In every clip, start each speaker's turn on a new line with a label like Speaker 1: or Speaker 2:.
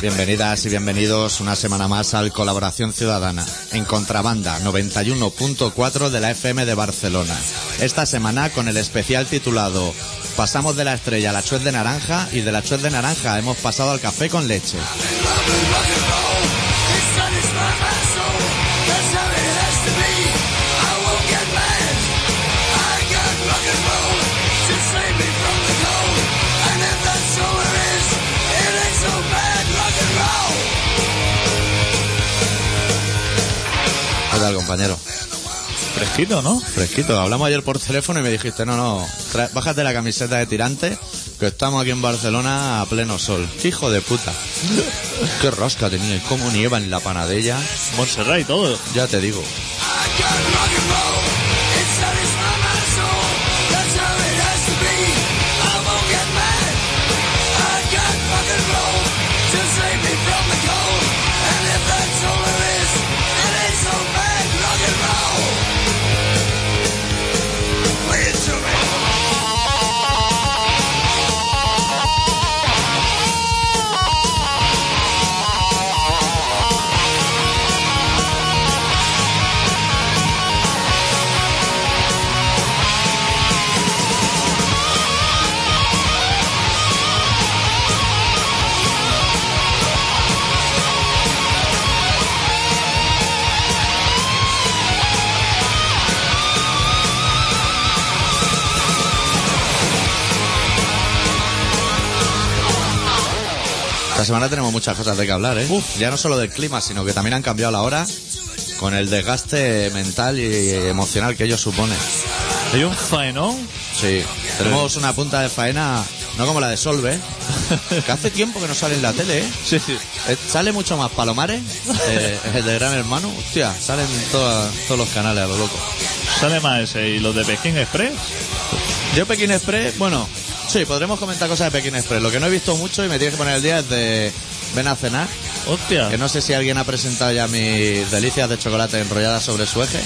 Speaker 1: Bienvenidas y bienvenidos una semana más al Colaboración Ciudadana en Contrabanda 91.4 de la FM de Barcelona. Esta semana con el especial titulado Pasamos de la estrella a la chuez de naranja y de la chuez de naranja hemos pasado al café con leche. ¿Qué tal, compañero?
Speaker 2: Fresquito, ¿no?
Speaker 1: Fresquito, hablamos ayer por teléfono y me dijiste, no, no, tra- bájate la camiseta de tirante, que estamos aquí en Barcelona a pleno sol. Hijo de puta. Qué rosca tenía y cómo nieva en la panadella.
Speaker 2: Montserrat y todo.
Speaker 1: Ya te digo. Esta semana tenemos muchas cosas de que hablar, ¿eh? Ya no solo del clima, sino que también han cambiado la hora con el desgaste mental y emocional que ello supone.
Speaker 2: Hay un faenón.
Speaker 1: Sí, tenemos una punta de faena, no como la de Solve, que hace tiempo que no sale en la tele, ¿eh?
Speaker 2: Sí, sí.
Speaker 1: Eh, Sale mucho más Palomares, eh, el de Gran Hermano. Hostia, salen todas- todos los canales a lo loco.
Speaker 2: Sale más ese. ¿Y los de Pekín Express?
Speaker 1: Yo Pekín Express, bueno, sí, podremos comentar cosas de Pekín Express. Lo que no he visto mucho y me tienes que poner el día es de Ven a cenar,
Speaker 2: Hostia.
Speaker 1: que no sé si alguien ha presentado ya mis delicias de chocolate enrolladas sobre su eje.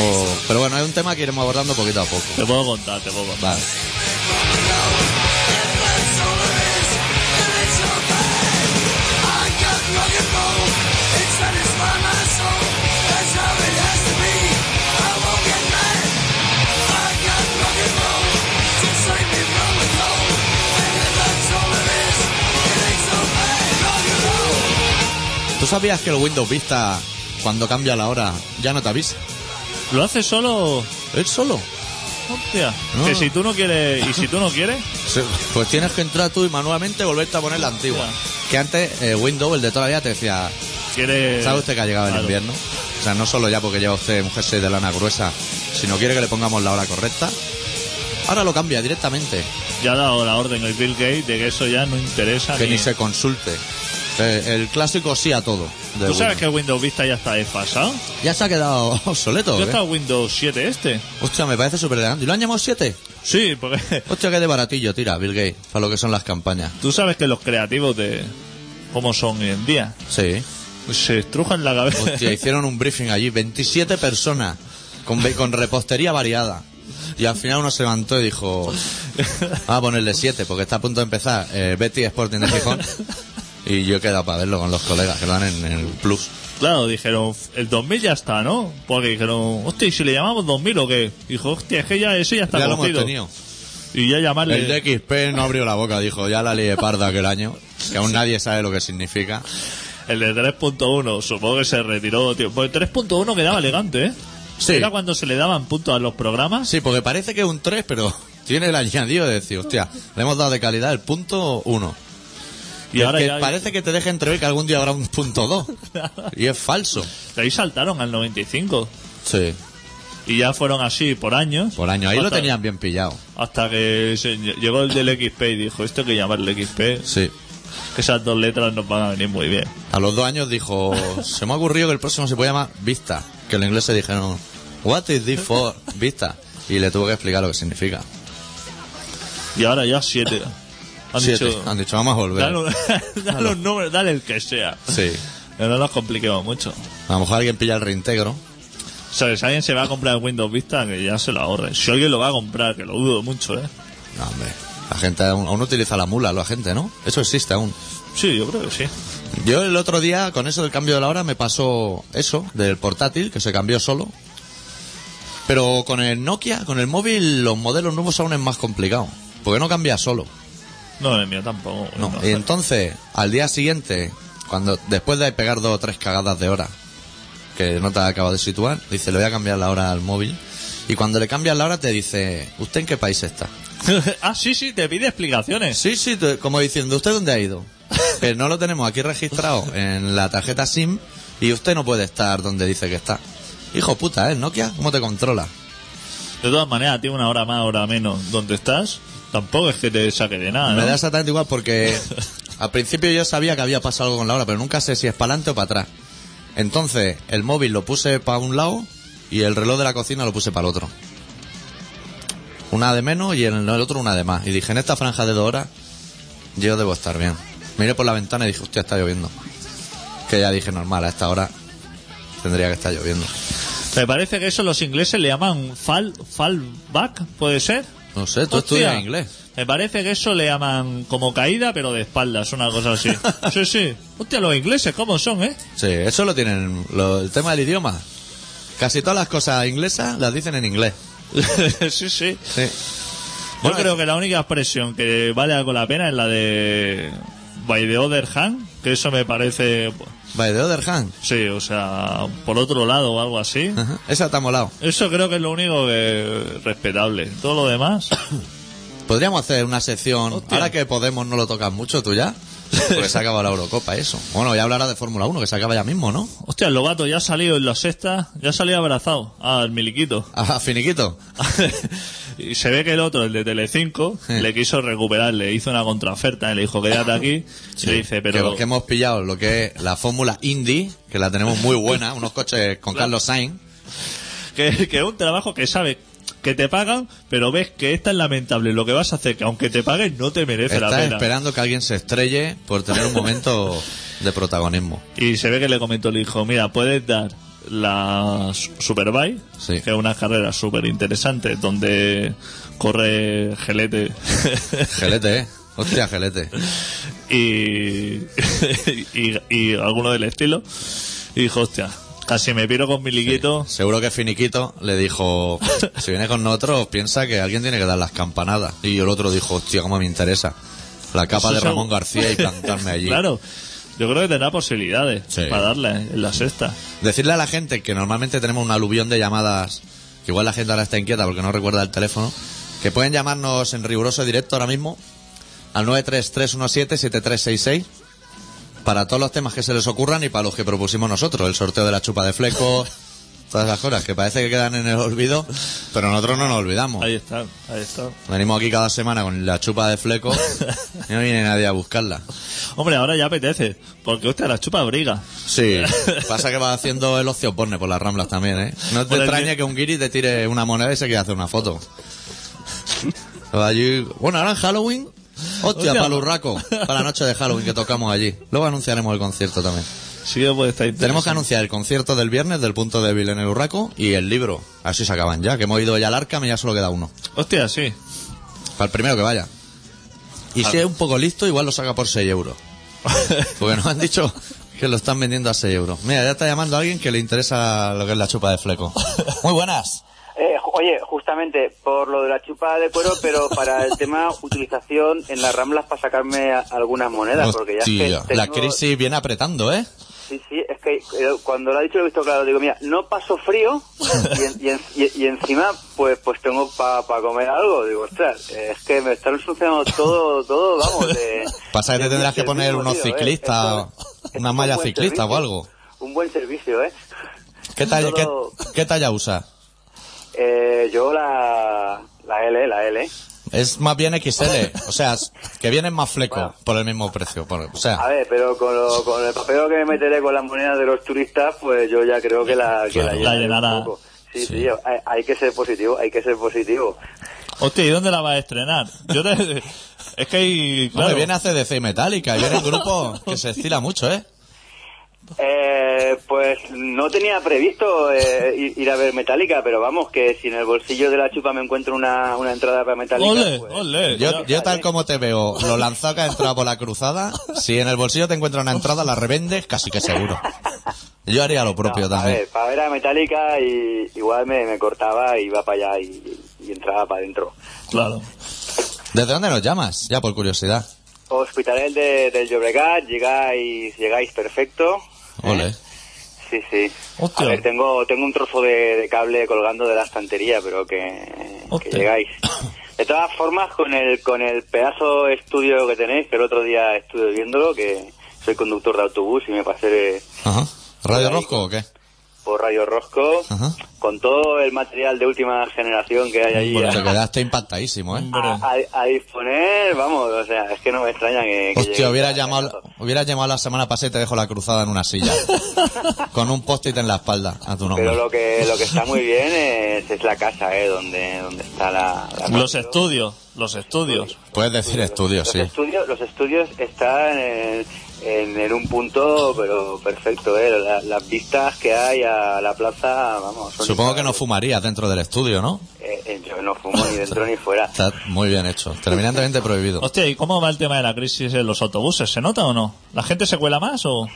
Speaker 1: O- pero bueno, es un tema que iremos abordando poquito a poco.
Speaker 2: Te puedo contar, te puedo contar.
Speaker 1: Vale. ¿Tú sabías que el Windows Vista, cuando cambia la hora, ya no te avisa?
Speaker 2: ¿Lo haces solo?
Speaker 1: ¿Es solo?
Speaker 2: Hostia.
Speaker 1: No.
Speaker 2: Que si tú no quieres... ¿Y si tú no quieres?
Speaker 1: Sí, Pues tienes que entrar tú y manualmente volverte a poner la antigua.
Speaker 2: Ya.
Speaker 1: Que antes eh, Windows, el de toda la vida, te decía,
Speaker 2: ¿Quieres...?
Speaker 1: ¿sabe usted que ha llegado el
Speaker 2: Claro.
Speaker 1: invierno? O sea, no solo ya porque lleva usted un jersey de lana gruesa, sino quiere que le pongamos la hora correcta. Ahora lo cambia directamente,
Speaker 2: Ya ha dado la orden el Bill Gates de que eso ya no interesa
Speaker 1: que ni se consulte. Eh, el clásico sí a todo. de
Speaker 2: ¿Tú sabes
Speaker 1: Windows.
Speaker 2: que Windows Vista ya está desfasado?
Speaker 1: Ya se ha quedado obsoleto. ¿o
Speaker 2: ¿Ya
Speaker 1: qué?
Speaker 2: está Windows 7 este?
Speaker 1: Hostia, me parece súper elegante. ¿Y lo han llamado 7?
Speaker 2: Sí, porque...
Speaker 1: Hostia, que de baratillo, tira, Bill Gates, para lo que son las campañas.
Speaker 2: Tú sabes que los creativos de... ¿Cómo son hoy en día?
Speaker 1: Sí.
Speaker 2: Se estrujan la cabeza.
Speaker 1: Hostia, hicieron un briefing allí, 27 personas, con, ve- con repostería variada. Y al final uno se levantó y dijo, vamos a ponerle 7, porque está a punto de empezar eh, Betty Sporting de Gijón. Y yo he quedado para verlo con los colegas que lo dan en, en el plus.
Speaker 2: Claro, dijeron, el 2000 ya está, ¿no? Porque dijeron, hostia, ¿y si le llamamos 2000 o qué? Dijo, hostia, es que ya ese ya está
Speaker 1: ya lo hemos
Speaker 2: cogido.
Speaker 1: tenido.
Speaker 2: Y ya llamarle...
Speaker 1: El de XP no abrió la boca, dijo, ya la lié parda aquel año, que aún nadie sabe lo que significa.
Speaker 2: el de 3.1, supongo que se retiró, tío. Porque el 3.1 quedaba elegante, ¿eh?
Speaker 1: Sí.
Speaker 2: Era cuando se le daban puntos a los programas.
Speaker 1: Sí, porque parece que es un 3, pero tiene el añadido de decir, hostia, le hemos dado de calidad el punto 1.
Speaker 2: Y ahora
Speaker 1: que
Speaker 2: ya...
Speaker 1: parece que te deja entrever que algún día habrá un punto 2. y es falso.
Speaker 2: De ahí saltaron al 95.
Speaker 1: Sí.
Speaker 2: Y ya fueron así por años.
Speaker 1: Por año. Ahí lo
Speaker 2: Hasta-
Speaker 1: tenían bien pillado.
Speaker 2: Hasta que se- llegó el del XP y dijo, esto hay que llamarle XP.
Speaker 1: Sí.
Speaker 2: Que esas dos letras nos van a venir muy bien.
Speaker 1: A los dos años dijo, se me ha ocurrido que el próximo se puede llamar Vista. Que los ingleses dijeron, what is this for? Vista. Y le tuvo que explicar lo que significa.
Speaker 2: Y ahora ya siete. Han
Speaker 1: Siete.
Speaker 2: dicho...
Speaker 1: Han dicho, vamos a volver.
Speaker 2: Dale, un- dale un número, dale el que sea.
Speaker 1: Sí.
Speaker 2: Pero no nos compliquemos mucho.
Speaker 1: A lo mejor alguien pilla el reintegro.
Speaker 2: ¿Sabes? Alguien se va a comprar Windows Vista que ya se lo ahorre. Si alguien lo va a comprar, que lo dudo mucho, ¿eh?
Speaker 1: No, hombre. La gente aún, aún utiliza la mula, la gente, ¿no? Eso existe aún.
Speaker 2: Sí, yo creo que sí.
Speaker 1: Yo el otro día, con eso del cambio de la hora, me pasó eso, del portátil, que se cambió solo. Pero con el Nokia, con el móvil, los modelos nuevos aún es más complicado. Porque no cambia solo.
Speaker 2: No, el mío tampoco.
Speaker 1: No. Y entonces, al día siguiente, cuando después de pegar dos o tres cagadas de hora, que no te acaba de situar, dice, le voy a cambiar la hora al móvil. Y cuando le cambias la hora te dice, ¿usted en qué país está?
Speaker 2: ah, sí, sí, te pide explicaciones.
Speaker 1: Sí, sí, te- como diciendo, ¿usted dónde ha ido? Pero no lo tenemos aquí registrado en la tarjeta SIM y usted no puede estar donde dice que está. Hijo puta, ¿eh? Nokia, ¿cómo te controla?
Speaker 2: De todas maneras, tiene una hora más, hora menos donde estás. Tampoco es que te saque de nada,
Speaker 1: Me da
Speaker 2: Ah, ¿no?
Speaker 1: exactamente igual porque al principio yo sabía que había pasado algo con la hora, pero nunca sé si es para adelante o para atrás. Entonces, el móvil lo puse para un lado y el reloj de la cocina lo puse para el otro. Una de menos y en el otro una de más. Y dije, en esta franja de dos horas, yo debo estar bien. Miré por la ventana y dije, hostia, está lloviendo. Que ya dije, normal, a esta hora tendría que estar lloviendo.
Speaker 2: Me parece que eso los ingleses le llaman fall, fallback, ¿puede ser?
Speaker 1: No sé, tú
Speaker 2: Hostia.
Speaker 1: estudias inglés.
Speaker 2: Me parece que eso le llaman como caída, pero de espaldas, una cosa así. sí, sí. Hostia, los ingleses, ¿cómo son, eh?
Speaker 1: Sí, eso lo tienen. lo- el tema del idioma. Casi todas las cosas inglesas las dicen en inglés.
Speaker 2: sí, sí.
Speaker 1: Sí.
Speaker 2: Yo
Speaker 1: Bueno,
Speaker 2: creo que la única expresión que vale algo la pena es la de by the other hand, que eso me parece,
Speaker 1: By the other hand.
Speaker 2: sí, o sea, por otro lado o algo así.
Speaker 1: Ajá. Esa está molado.
Speaker 2: Eso creo que es lo único que respetable. Todo lo demás,
Speaker 1: Podríamos hacer una sección.
Speaker 2: Hostia. pues.
Speaker 1: Ahora que Podemos no lo tocas mucho, tú ya. Porque se ha acabado la Eurocopa, eso. Bueno, ya hablará de Fórmula 1, que se acaba ya mismo, ¿no?
Speaker 2: hostia, el Lobato ya ha salido en la sexta, ya ha salido abrazado al miliquito.
Speaker 1: A finiquito.
Speaker 2: y se ve que el otro, el de Telecinco,
Speaker 1: Sí.
Speaker 2: le quiso recuperar, le hizo una contraoferta, y le dijo quédate aquí. y le dice,
Speaker 1: Que
Speaker 2: pero
Speaker 1: lo que hemos pillado, lo que es la Fórmula Indy, que la tenemos muy buena, unos coches con Carlos Sainz.
Speaker 2: que, que es un trabajo que sabes que te pagan, pero ves que es tan lamentable lo que vas a hacer que aunque te paguen no te merece la
Speaker 1: Está
Speaker 2: pena.
Speaker 1: esperando que alguien se estrelle por tener un momento de protagonismo.
Speaker 2: Y se ve que le comentó, le dijo, mira, puedes dar la su- Superbike,
Speaker 1: Sí.
Speaker 2: que es una carrera súper interesante, donde corre gelete
Speaker 1: Gelete, ¿eh? Hostia, gelete.
Speaker 2: y, y, y alguno del estilo. Y dijo, hostia, casi me piro con mi liguito.
Speaker 1: Seguro que Finiquito le dijo, si viene con nosotros, piensa que alguien tiene que dar las campanadas. Y el otro dijo, hostia, cómo me interesa. La capa
Speaker 2: Eso
Speaker 1: de
Speaker 2: seguro.
Speaker 1: Ramón García y plantarme allí.
Speaker 2: Claro, yo creo que tendrá posibilidades
Speaker 1: Sí.
Speaker 2: para darle en la sexta.
Speaker 1: Decirle a la gente que normalmente tenemos un aluvión de llamadas, que igual la gente ahora está inquieta porque no recuerda el teléfono, que pueden llamarnos en riguroso directo ahora mismo al 933177366 para todos los temas que se les ocurran y para los que propusimos nosotros, el sorteo de la chupa de flecos, todas esas cosas que parece que quedan en el olvido, pero nosotros no nos olvidamos.
Speaker 2: Ahí está, ahí está.
Speaker 1: Venimos aquí cada semana con la chupa de fleco y no viene nadie a buscarla.
Speaker 2: Hombre, ahora ya apetece, porque hostia, la chupa briga.
Speaker 1: Sí. Pasa que va haciendo el ocio porne por las ramblas también, ¿eh? No te
Speaker 2: Por el
Speaker 1: extraña
Speaker 2: bien.
Speaker 1: que un guiri te tire una moneda y se quiera hacer una foto. Va allí- Bueno, ahora en Halloween. Hostia,
Speaker 2: Hostia.
Speaker 1: para urraco, para la noche de Halloween que tocamos allí. Luego anunciaremos el concierto también.
Speaker 2: Sí que puede estar
Speaker 1: Tenemos
Speaker 2: interesante.
Speaker 1: que anunciar el concierto del viernes del punto débil en el Urraco y el libro. Así se acaban ya, que hemos ido ya al Arkham y ya solo queda uno.
Speaker 2: Hostia, sí.
Speaker 1: Para el primero que vaya. Y si es un poco listo, igual lo saca por 6 euros. Porque nos han dicho que lo están vendiendo a 6 euros. Mira, ya está llamando a alguien que le interesa lo que es la chupa de fleco. Muy buenas.
Speaker 3: Eh, ju- oye, justamente por lo de la chupa de cuero, pero para el tema utilización en las ramblas para sacarme a- algunas monedas, porque ya es que
Speaker 1: Hostia, la
Speaker 3: tengo-
Speaker 1: crisis viene apretando, ¿eh?
Speaker 3: Sí, sí, es que eh, cuando lo ha dicho lo he visto claro. Digo, mira, no paso frío y, en- y en- y- y encima pues pues tengo para comer algo. Digo, ostras, eh, es que me están solucionando todo, todo, vamos. De,
Speaker 1: Pasa que te
Speaker 3: de-
Speaker 1: tendrás que
Speaker 3: del
Speaker 1: poner
Speaker 3: mismo
Speaker 1: unos
Speaker 3: tiro, ¿eh?
Speaker 1: ciclistas,
Speaker 3: Esto-
Speaker 1: una
Speaker 3: esto es un
Speaker 1: malla
Speaker 3: buen
Speaker 1: ciclista o
Speaker 3: servicio,
Speaker 1: algo.
Speaker 3: Un buen servicio, ¿eh?
Speaker 1: ¿Qué talla, qué,
Speaker 3: Solo-
Speaker 1: qué talla usa?
Speaker 3: Eh, yo la, la L, la L.
Speaker 1: Es más bien XL, o sea, que vienen más fleco por el mismo precio. por- o
Speaker 3: A
Speaker 1: sea,
Speaker 3: ver, pero con, lo- con el papel que me meteré con las monedas de los turistas, pues yo ya creo que la, que
Speaker 1: Claro.
Speaker 3: la,
Speaker 1: La
Speaker 3: llenaré un
Speaker 2: llenará.
Speaker 3: poco.
Speaker 1: Sí.
Speaker 3: Sí, sí, hay, hay que ser positivo, hay que ser positivo.
Speaker 2: Hostia, ¿y dónde la vas a estrenar? Yo te- Es que hay...
Speaker 1: hombre,
Speaker 2: claro.
Speaker 1: viene a CDC y Metallica, y viene un grupo que se estila mucho, ¿eh?
Speaker 3: Eh, pues no tenía previsto eh, ir- ir a ver Metallica, pero vamos, que si en el bolsillo de la chupa me encuentro una, una entrada para Metallica.
Speaker 2: Ole,
Speaker 3: pues-
Speaker 2: ole.
Speaker 1: Yo, yo tal como te veo, lo lanzado que ha entrado por la cruzada, si en el bolsillo te encuentras una entrada, la revendes casi que seguro. Yo haría lo propio
Speaker 3: No, a
Speaker 1: también.
Speaker 3: ver, para ver a Metallica y igual me, me cortaba y iba para allá y, y entraba para adentro.
Speaker 2: Claro.
Speaker 1: ¿Desde dónde nos llamas? Ya por curiosidad.
Speaker 3: Hospital de, del Llobregat, llegáis, llegáis perfecto.
Speaker 1: Ole.
Speaker 3: Sí, sí.
Speaker 2: Hostia.
Speaker 3: A ver, tengo, tengo un trozo de, de cable colgando de la estantería, pero que, que
Speaker 2: Hostia.
Speaker 3: llegáis. De todas formas, con el, con el pedazo de estudio que tenéis, que el otro día estuve viéndolo, que soy conductor de autobús y me pasé
Speaker 1: Ajá. ¿Radio Rosco o qué?
Speaker 3: por Radio Rosco,
Speaker 1: Ajá.
Speaker 3: con todo el material de última generación que hay ahí.
Speaker 2: Bueno,
Speaker 3: a-
Speaker 1: Pues Te quedaste impactadísimo, ¿eh?
Speaker 3: a, a- a disponer, vamos, o sea, es que no me extraña que... que lleguéis
Speaker 1: Hostia, hubiera
Speaker 3: a-
Speaker 1: llamado, hubiera llamado la semana pasada y te dejo la cruzada en una silla. Con un post-it en la espalda, a tu
Speaker 3: Pero
Speaker 1: nombre.
Speaker 3: lo que, lo que está muy bien es, es la casa, ¿eh? Donde, donde está la... la
Speaker 2: Los
Speaker 3: radio.
Speaker 2: estudios, los estudios.
Speaker 1: Puedes decir estudios,
Speaker 3: los
Speaker 1: sí.
Speaker 3: Estudios, los estudios están en, en- en un punto, pero perfecto, ¿eh? La- las vistas que hay a la plaza, vamos... son
Speaker 1: Supongo que no
Speaker 3: impagables.
Speaker 1: fumarías dentro del estudio, ¿no?
Speaker 3: Eh, eh, yo no fumo ni dentro ni fuera.
Speaker 1: Está muy bien hecho. Terminantemente prohibido.
Speaker 2: Hostia, ¿y cómo va el tema de la crisis en los autobuses? ¿Se nota o no? ¿La gente se cuela más o...?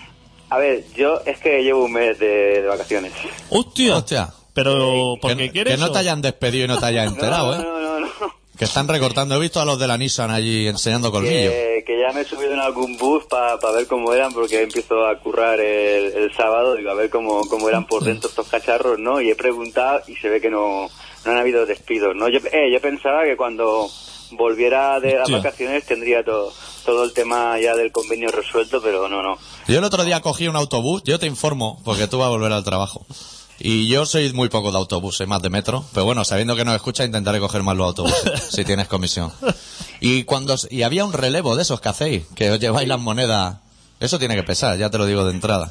Speaker 3: A ver, yo es que llevo un mes de, de vacaciones.
Speaker 2: ¡Hostia!
Speaker 1: Hostia.
Speaker 2: Pero, ¿por
Speaker 1: Que-
Speaker 2: qué quieres
Speaker 1: que no
Speaker 2: o-
Speaker 1: te hayan despedido y no te hayan enterado, ¿eh?
Speaker 3: no, no, no, no.
Speaker 1: Que están recortando. He visto a los de la Nissan allí enseñando colmillo.
Speaker 3: Que, que ya me he subido en algún bus para ver cómo eran, porque empiezo a currar el, el sábado, digo, a ver cómo, cómo eran por dentro estos cacharros, ¿no? Y he preguntado y se ve que no, no han habido despidos, ¿no? Yo, eh, yo pensaba que cuando volviera de las
Speaker 2: Hostia.
Speaker 3: vacaciones tendría todo, todo el tema ya del convenio resuelto, pero no, no.
Speaker 1: Yo el otro día cogí un autobús, yo te informo, porque tú vas a volver al trabajo. Y yo soy muy poco de autobús, soy más de metro. Pero bueno, sabiendo que nos escucha, intentaré coger más los autobuses, si tienes comisión. Y cuando s- y había un relevo de esos que hacéis, que os lleváis las monedas. Eso tiene que pesar, ya te lo digo de entrada.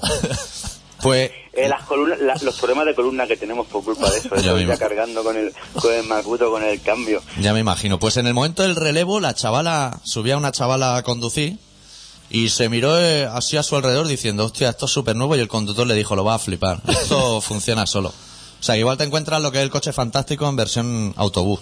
Speaker 1: Pues
Speaker 3: Eh, las columnas, la- los problemas de columna que tenemos por culpa de eso,
Speaker 1: Ya
Speaker 3: de
Speaker 1: mismo.
Speaker 3: ya cargando con el, con el macuto, con el cambio.
Speaker 1: Ya me imagino. Pues en el momento del relevo, la chavala, subía una chavala a conducir y se miró eh, así a su alrededor diciendo, hostia, esto es súper nuevo y el conductor le dijo, lo va a flipar. Esto funciona solo. O sea, que igual te encuentras lo que es el coche fantástico en versión autobús,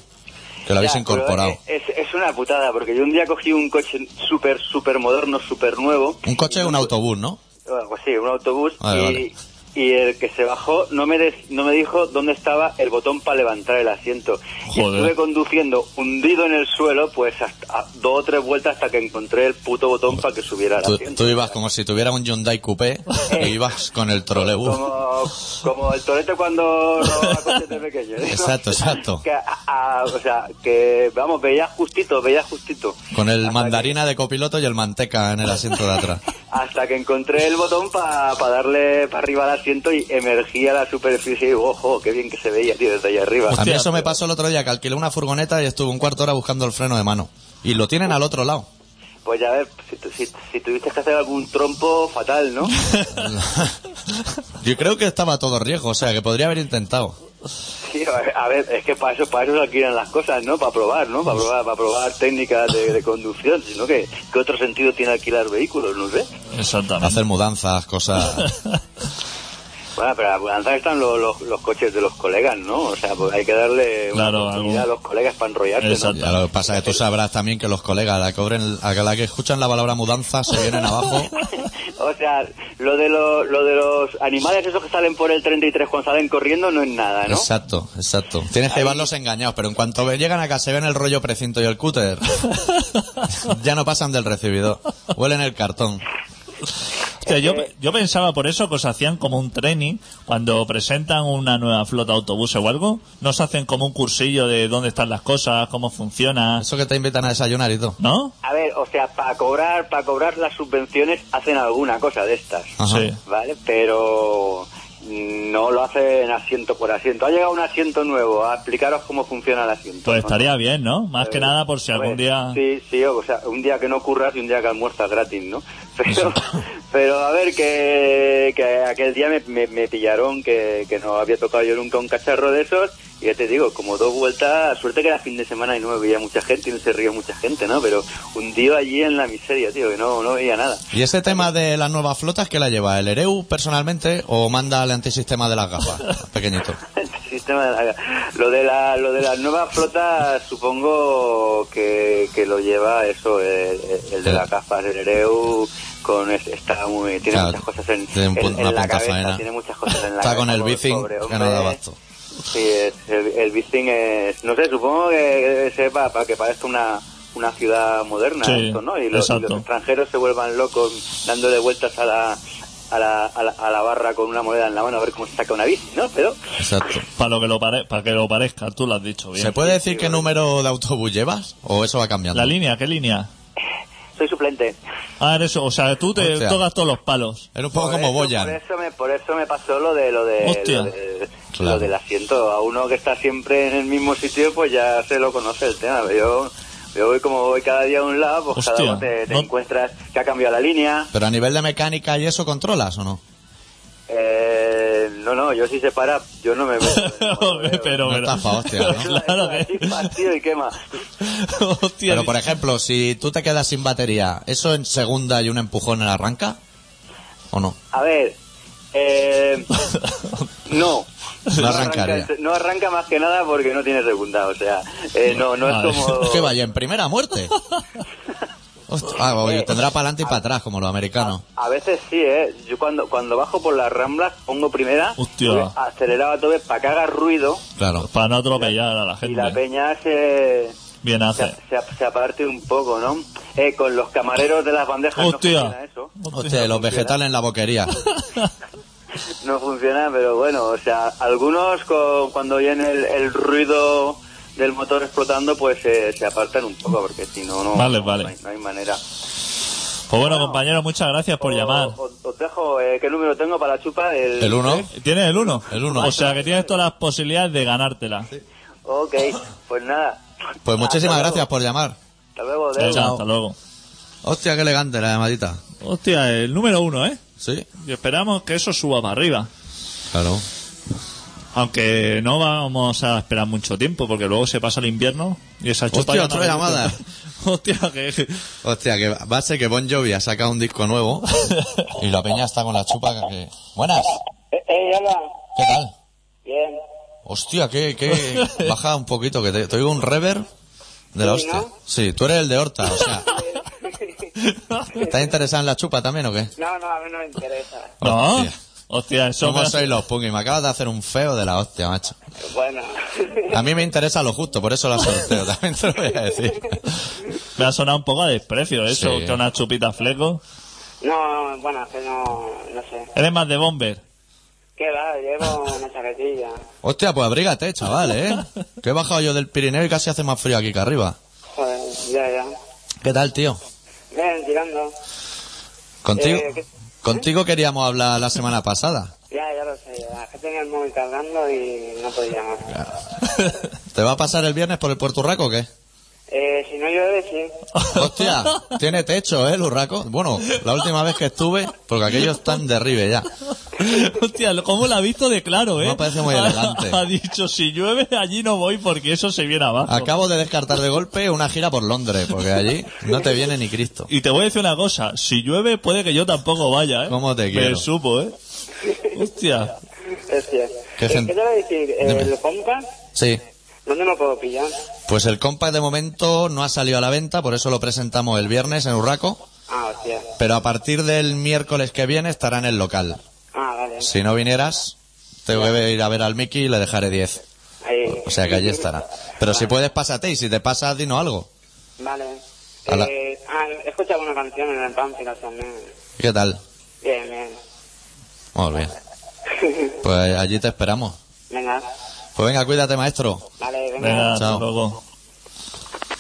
Speaker 1: que lo habéis
Speaker 3: Ya, pero
Speaker 1: incorporado.
Speaker 3: Es, es una putada, porque yo un día cogí un coche súper, súper moderno, súper nuevo.
Speaker 1: Un coche es un autobús, ¿no?
Speaker 3: Bueno, pues sí, un autobús.
Speaker 1: Vale,
Speaker 3: y,
Speaker 1: vale.
Speaker 3: y el que se bajó no me, des- no me dijo dónde estaba el botón para levantar el asiento. Y
Speaker 2: Joder.
Speaker 3: estuve conduciendo hundido en el suelo, pues hasta a dos o tres vueltas hasta que encontré el puto botón para que subiera el
Speaker 1: Tú,
Speaker 3: asiento.
Speaker 1: tú ibas como si tuviera un Hyundai Coupé y ibas con el trolebús.
Speaker 3: Como, como el torete cuando robaba coches de pequeño. ¿no?
Speaker 1: Exacto, exacto.
Speaker 3: Que, a- a- o sea, que vamos, veía justito, veía justito.
Speaker 1: Con el
Speaker 3: Hasta
Speaker 1: mandarina de copiloto y el manteca en el asiento de atrás.
Speaker 3: Hasta que encontré el botón para darle para arriba al asiento y emergía la superficie y digo, ojo, qué bien que se veía, tío, desde allá arriba. Pues
Speaker 1: A mí
Speaker 2: Hostia,
Speaker 1: eso me
Speaker 2: pero-
Speaker 1: pasó el otro día, que alquilé una furgoneta y estuve un cuarto de hora buscando el freno de mano. Y lo tienen al otro lado.
Speaker 3: Pues ya ves, si, tu- si- si tuviste que hacer algún trompo, fatal, ¿no?
Speaker 1: Yo creo que estaba a todo riesgo, o sea, que podría haber intentado.
Speaker 3: Sí, a ver, a ver, es que para eso, para eso se alquilan las cosas, ¿no? Para probar, ¿no? Para probar, para probar técnicas de, de conducción, sino que, ¿qué otro sentido tiene alquilar vehículos? No sé.
Speaker 2: Exactamente.
Speaker 1: Hacer mudanzas, cosas...
Speaker 3: Bueno, pero avanzar están los, los, los coches de los colegas, ¿no? O sea, pues hay que darle una
Speaker 2: Claro,
Speaker 3: oportunidad
Speaker 2: algo.
Speaker 3: a los colegas para enrollarse, ¿no?
Speaker 2: Exacto.
Speaker 1: Ya lo que pasa es que tú sabrás también que los colegas, la que, cobren- a la que escuchan la palabra mudanza, se vienen abajo.
Speaker 3: O sea, lo de, lo, lo de los animales esos que salen por el 33 cuando salen corriendo no es nada, ¿no?
Speaker 1: Exacto, exacto. Tienes que llevarlos engañados, pero en cuanto ve- llegan acá se ven el rollo precinto y el cúter. ya no pasan del recibidor. Huelen el cartón.
Speaker 2: Hostia, yo, yo pensaba por eso que os hacían como un training cuando presentan una nueva flota de autobuses o algo. Nos hacen como un cursillo de dónde están las cosas, cómo funciona,
Speaker 1: Eso que te invitan a desayunar y todo.
Speaker 2: ¿no?
Speaker 3: A ver, o sea, para cobrar, para cobrar las subvenciones hacen alguna cosa de estas,
Speaker 1: Ajá.
Speaker 2: Sí.
Speaker 3: ¿vale? Pero no lo hacen asiento por asiento. Ha llegado un asiento nuevo, a explicaros cómo funciona el asiento.
Speaker 2: Pues estaría bien, ¿no? Más que nada por si algún
Speaker 3: Pues,
Speaker 2: día...
Speaker 3: Sí, sí, o sea, un día que no curras y un día que almuerzas gratis, ¿no? Pero, pero a ver, que, que aquel día me, me- me pillaron que, que no había tocado yo nunca un cacharro de esos y ya te digo, como dos vueltas, suerte que era fin de semana y no me veía mucha gente y no se río mucha gente, ¿no? Pero hundido allí en la miseria, tío, que no, no veía nada.
Speaker 1: ¿Y este tema de las nuevas flotas que la lleva? ¿El Ereu personalmente o manda al antisistema de las gafas? Pequeñito.
Speaker 3: Sistema de la- lo de la lo de las nuevas flotas supongo que, que lo lleva eso el, el de las gafas el Ereu con es- está muy tiene
Speaker 1: Claro,
Speaker 3: muchas cosas en,
Speaker 1: tiene un
Speaker 3: en-
Speaker 1: punto-
Speaker 3: en
Speaker 1: una
Speaker 3: la
Speaker 1: punta
Speaker 3: cabeza
Speaker 1: faena.
Speaker 3: tiene muchas cosas en la
Speaker 1: Está con
Speaker 3: cabeza,
Speaker 1: el
Speaker 3: pobre-
Speaker 1: bicing
Speaker 3: pobre
Speaker 1: que no
Speaker 3: hombre.
Speaker 1: da abasto.
Speaker 3: Sí, es- el, el Bicing es, no sé, supongo que sepa para que parezca una, una ciudad moderna,
Speaker 2: Sí,
Speaker 3: esto, ¿no? Y los, y los
Speaker 2: exacto.
Speaker 3: extranjeros se vuelvan locos dándole vueltas a la, a la, a la, a la barra con una moneda en la mano a ver cómo se saca una bici, ¿no? Pero
Speaker 1: Exacto.
Speaker 2: Para, lo que lo pare- para que lo parezca, tú lo has dicho bien.
Speaker 1: ¿Se puede decir qué número de autobús llevas? ¿O eso va cambiando?
Speaker 2: ¿La línea? ¿Qué línea?
Speaker 3: soy suplente.
Speaker 2: Ah, eres, o sea, tú te
Speaker 1: Hostia.
Speaker 2: tocas todos los palos.
Speaker 1: Era un poco
Speaker 3: Por
Speaker 1: como
Speaker 3: Pues eso- Por
Speaker 1: Boyan.
Speaker 3: eso, me, por eso me pasó lo de lo de,
Speaker 2: Hostia.
Speaker 3: lo, de-
Speaker 1: Claro.
Speaker 3: lo del asiento. A uno que está siempre en el mismo sitio, pues ya se lo conoce el tema. Yo, yo voy como voy cada día a un lado, pues
Speaker 2: Hostia,
Speaker 3: cada uno te, te
Speaker 2: no-
Speaker 3: encuentras que ha cambiado la línea.
Speaker 1: Pero a nivel de mecánica y eso, ¿controlas o no?
Speaker 3: Eh, no, no, yo si se para, yo no me meto. No me
Speaker 2: pero,
Speaker 3: veo.
Speaker 2: pero,
Speaker 1: No está pa' hostia, ¿no?
Speaker 2: claro
Speaker 3: Eso
Speaker 2: que.
Speaker 3: es chispa, tío, y quema.
Speaker 2: Hostia,
Speaker 1: Pero, por ejemplo, si tú te quedas sin batería, ¿eso en segunda y un empujón en arranca? ¿O no?
Speaker 3: A ver, eh, no.
Speaker 1: No arrancaría.
Speaker 3: arranca, no arranca más que nada porque no tiene segunda, o sea, eh, no, no es
Speaker 2: Vale.
Speaker 3: como...
Speaker 1: Es que vaya en primera muerte. Hostia, ah, oye, tendrá para adelante y para atrás, como los americanos.
Speaker 3: A veces sí, ¿eh? Yo cuando, cuando bajo por las ramblas pongo primera,
Speaker 2: Hostia.
Speaker 3: voy acelerado a tope para que haga ruido
Speaker 1: Claro.
Speaker 2: Para no atropellar a la
Speaker 3: y la
Speaker 2: gente.
Speaker 3: peña se,
Speaker 2: Bien
Speaker 3: se,
Speaker 2: hace.
Speaker 3: se- se aparte un poco, ¿no? Eh, con los camareros de las bandejas no funciona
Speaker 2: Hostia.
Speaker 3: eso.
Speaker 1: Hostia, y los vegetales en la boquería.
Speaker 3: No funciona, pero bueno, o sea, algunos co- cuando oyen el, el ruido del motor explotando, pues eh, se apartan un poco, porque si no, no,
Speaker 2: Vale,
Speaker 3: no,
Speaker 2: vale.
Speaker 3: hay, no hay manera.
Speaker 2: Pues bueno, compañero, muchas gracias por
Speaker 3: O-
Speaker 2: llamar.
Speaker 3: o- Os dejo, eh, ¿qué número tengo para la chupa?
Speaker 1: El uno.
Speaker 2: ¿Tienes el 1?
Speaker 1: El uno.
Speaker 2: O sea que tienes todas las posibilidades de ganártela.
Speaker 3: Ok, pues nada.
Speaker 1: Pues muchísimas
Speaker 3: Hasta
Speaker 1: gracias
Speaker 3: luego.
Speaker 1: por llamar.
Speaker 3: Hasta luego, Deu.
Speaker 2: Venga,
Speaker 1: Chao.
Speaker 2: hasta luego.
Speaker 1: Hostia, qué elegante la llamadita.
Speaker 2: Hostia, el número 1, ¿eh?
Speaker 1: Sí,
Speaker 2: Y esperamos que eso suba para arriba.
Speaker 1: claro.
Speaker 2: Aunque no vamos a esperar mucho tiempo, porque luego se pasa el invierno y esa chupa...
Speaker 1: Hostia,
Speaker 2: ya no
Speaker 1: otra
Speaker 2: la-
Speaker 1: llamada.
Speaker 2: Hostia, que...
Speaker 1: Hostia, que va a ser que Bon Jovi ha sacado un disco nuevo y la peña está con la chupa que... Buenas,
Speaker 4: Eh, eh, hola.
Speaker 1: ¿qué tal?
Speaker 4: Bien.
Speaker 1: Hostia, que... que... Baja un poquito, que te, te oigo un reverb de la
Speaker 4: Sí,
Speaker 1: hostia.
Speaker 4: ¿no?
Speaker 1: Sí, tú eres el de Horta, o sea... ¿Estás interesado en la chupa también o qué?
Speaker 4: No, no, a mí no me interesa.
Speaker 2: No.
Speaker 1: Hostia.
Speaker 2: Hostia, eso...
Speaker 1: ¿Cómo
Speaker 2: me-
Speaker 1: sois los punk? Y me acabas de hacer un feo de la hostia, macho.
Speaker 4: Bueno.
Speaker 1: A mí me interesa lo justo, por eso la sorteo, también te lo voy a decir.
Speaker 2: Me ha sonado un poco a desprecio eso,
Speaker 1: Sí.
Speaker 2: que una chupita fleco.
Speaker 4: No, bueno, que no, no sé.
Speaker 2: Eres más de bomber.
Speaker 4: ¿Qué va? Llevo una chaquetilla.
Speaker 1: Hostia, pues abrígate, chaval, ¿eh? Que he bajado yo del Pirineo y casi hace más frío aquí que arriba.
Speaker 4: Joder, ya, ya.
Speaker 1: ¿Qué tal, tío?
Speaker 4: Bien, tirando.
Speaker 1: Contigo,
Speaker 4: Eh, ¿qué?
Speaker 1: contigo queríamos hablar la semana pasada.
Speaker 4: Ya, ya lo sé. ya. Que tenía el móvil cargando y no podía más.
Speaker 1: ¿Te va a pasar el viernes por el Puerto Urraco o qué?
Speaker 4: Eh, si no llueve, sí.
Speaker 1: Hostia, tiene techo, ¿eh, el Urraco? Bueno, la última vez que estuve, porque aquello está en derribe ya.
Speaker 2: Hostia, cómo la ha visto de claro, ¿eh?
Speaker 1: Me parece muy elegante.
Speaker 2: Ha, dicho, si llueve, allí no voy porque eso se viene abajo.
Speaker 1: Acabo de descartar de golpe una gira por Londres, porque allí no te viene ni Cristo.
Speaker 2: Y te voy a decir una cosa, si llueve puede que yo tampoco vaya, ¿eh?
Speaker 1: ¿Cómo te quiero?
Speaker 2: Me supo, ¿eh? Hostia.
Speaker 4: Es cierto.
Speaker 1: ¿Qué
Speaker 4: Eh,
Speaker 1: gente?
Speaker 4: te voy a decir?
Speaker 1: Dime.
Speaker 4: ¿El compás?
Speaker 1: Sí.
Speaker 4: ¿Dónde lo puedo pillar?
Speaker 1: Pues el compact de momento no ha salido a la venta, por eso lo presentamos el viernes en Urraco,
Speaker 4: Ah, hostia.
Speaker 1: pero a partir del miércoles que viene estará en el local.
Speaker 4: Ah, vale.
Speaker 1: Si no vinieras, tengo que ir a ver al Mickey y le dejaré 10.
Speaker 4: Ahí.
Speaker 1: O sea que allí estará. Pero si puedes, pásate y si te pasas, dinos algo.
Speaker 4: Vale.
Speaker 1: A la-
Speaker 4: Eh, ah, he escuchado una canción en el Pánfilas también.
Speaker 1: ¿Qué tal?
Speaker 4: Bien, bien.
Speaker 1: Muy bien. Pues allí te esperamos.
Speaker 4: Venga,
Speaker 1: Pues venga, cuídate, maestro.
Speaker 4: vale, venga.
Speaker 2: Venga, hasta
Speaker 1: Chao.
Speaker 2: luego.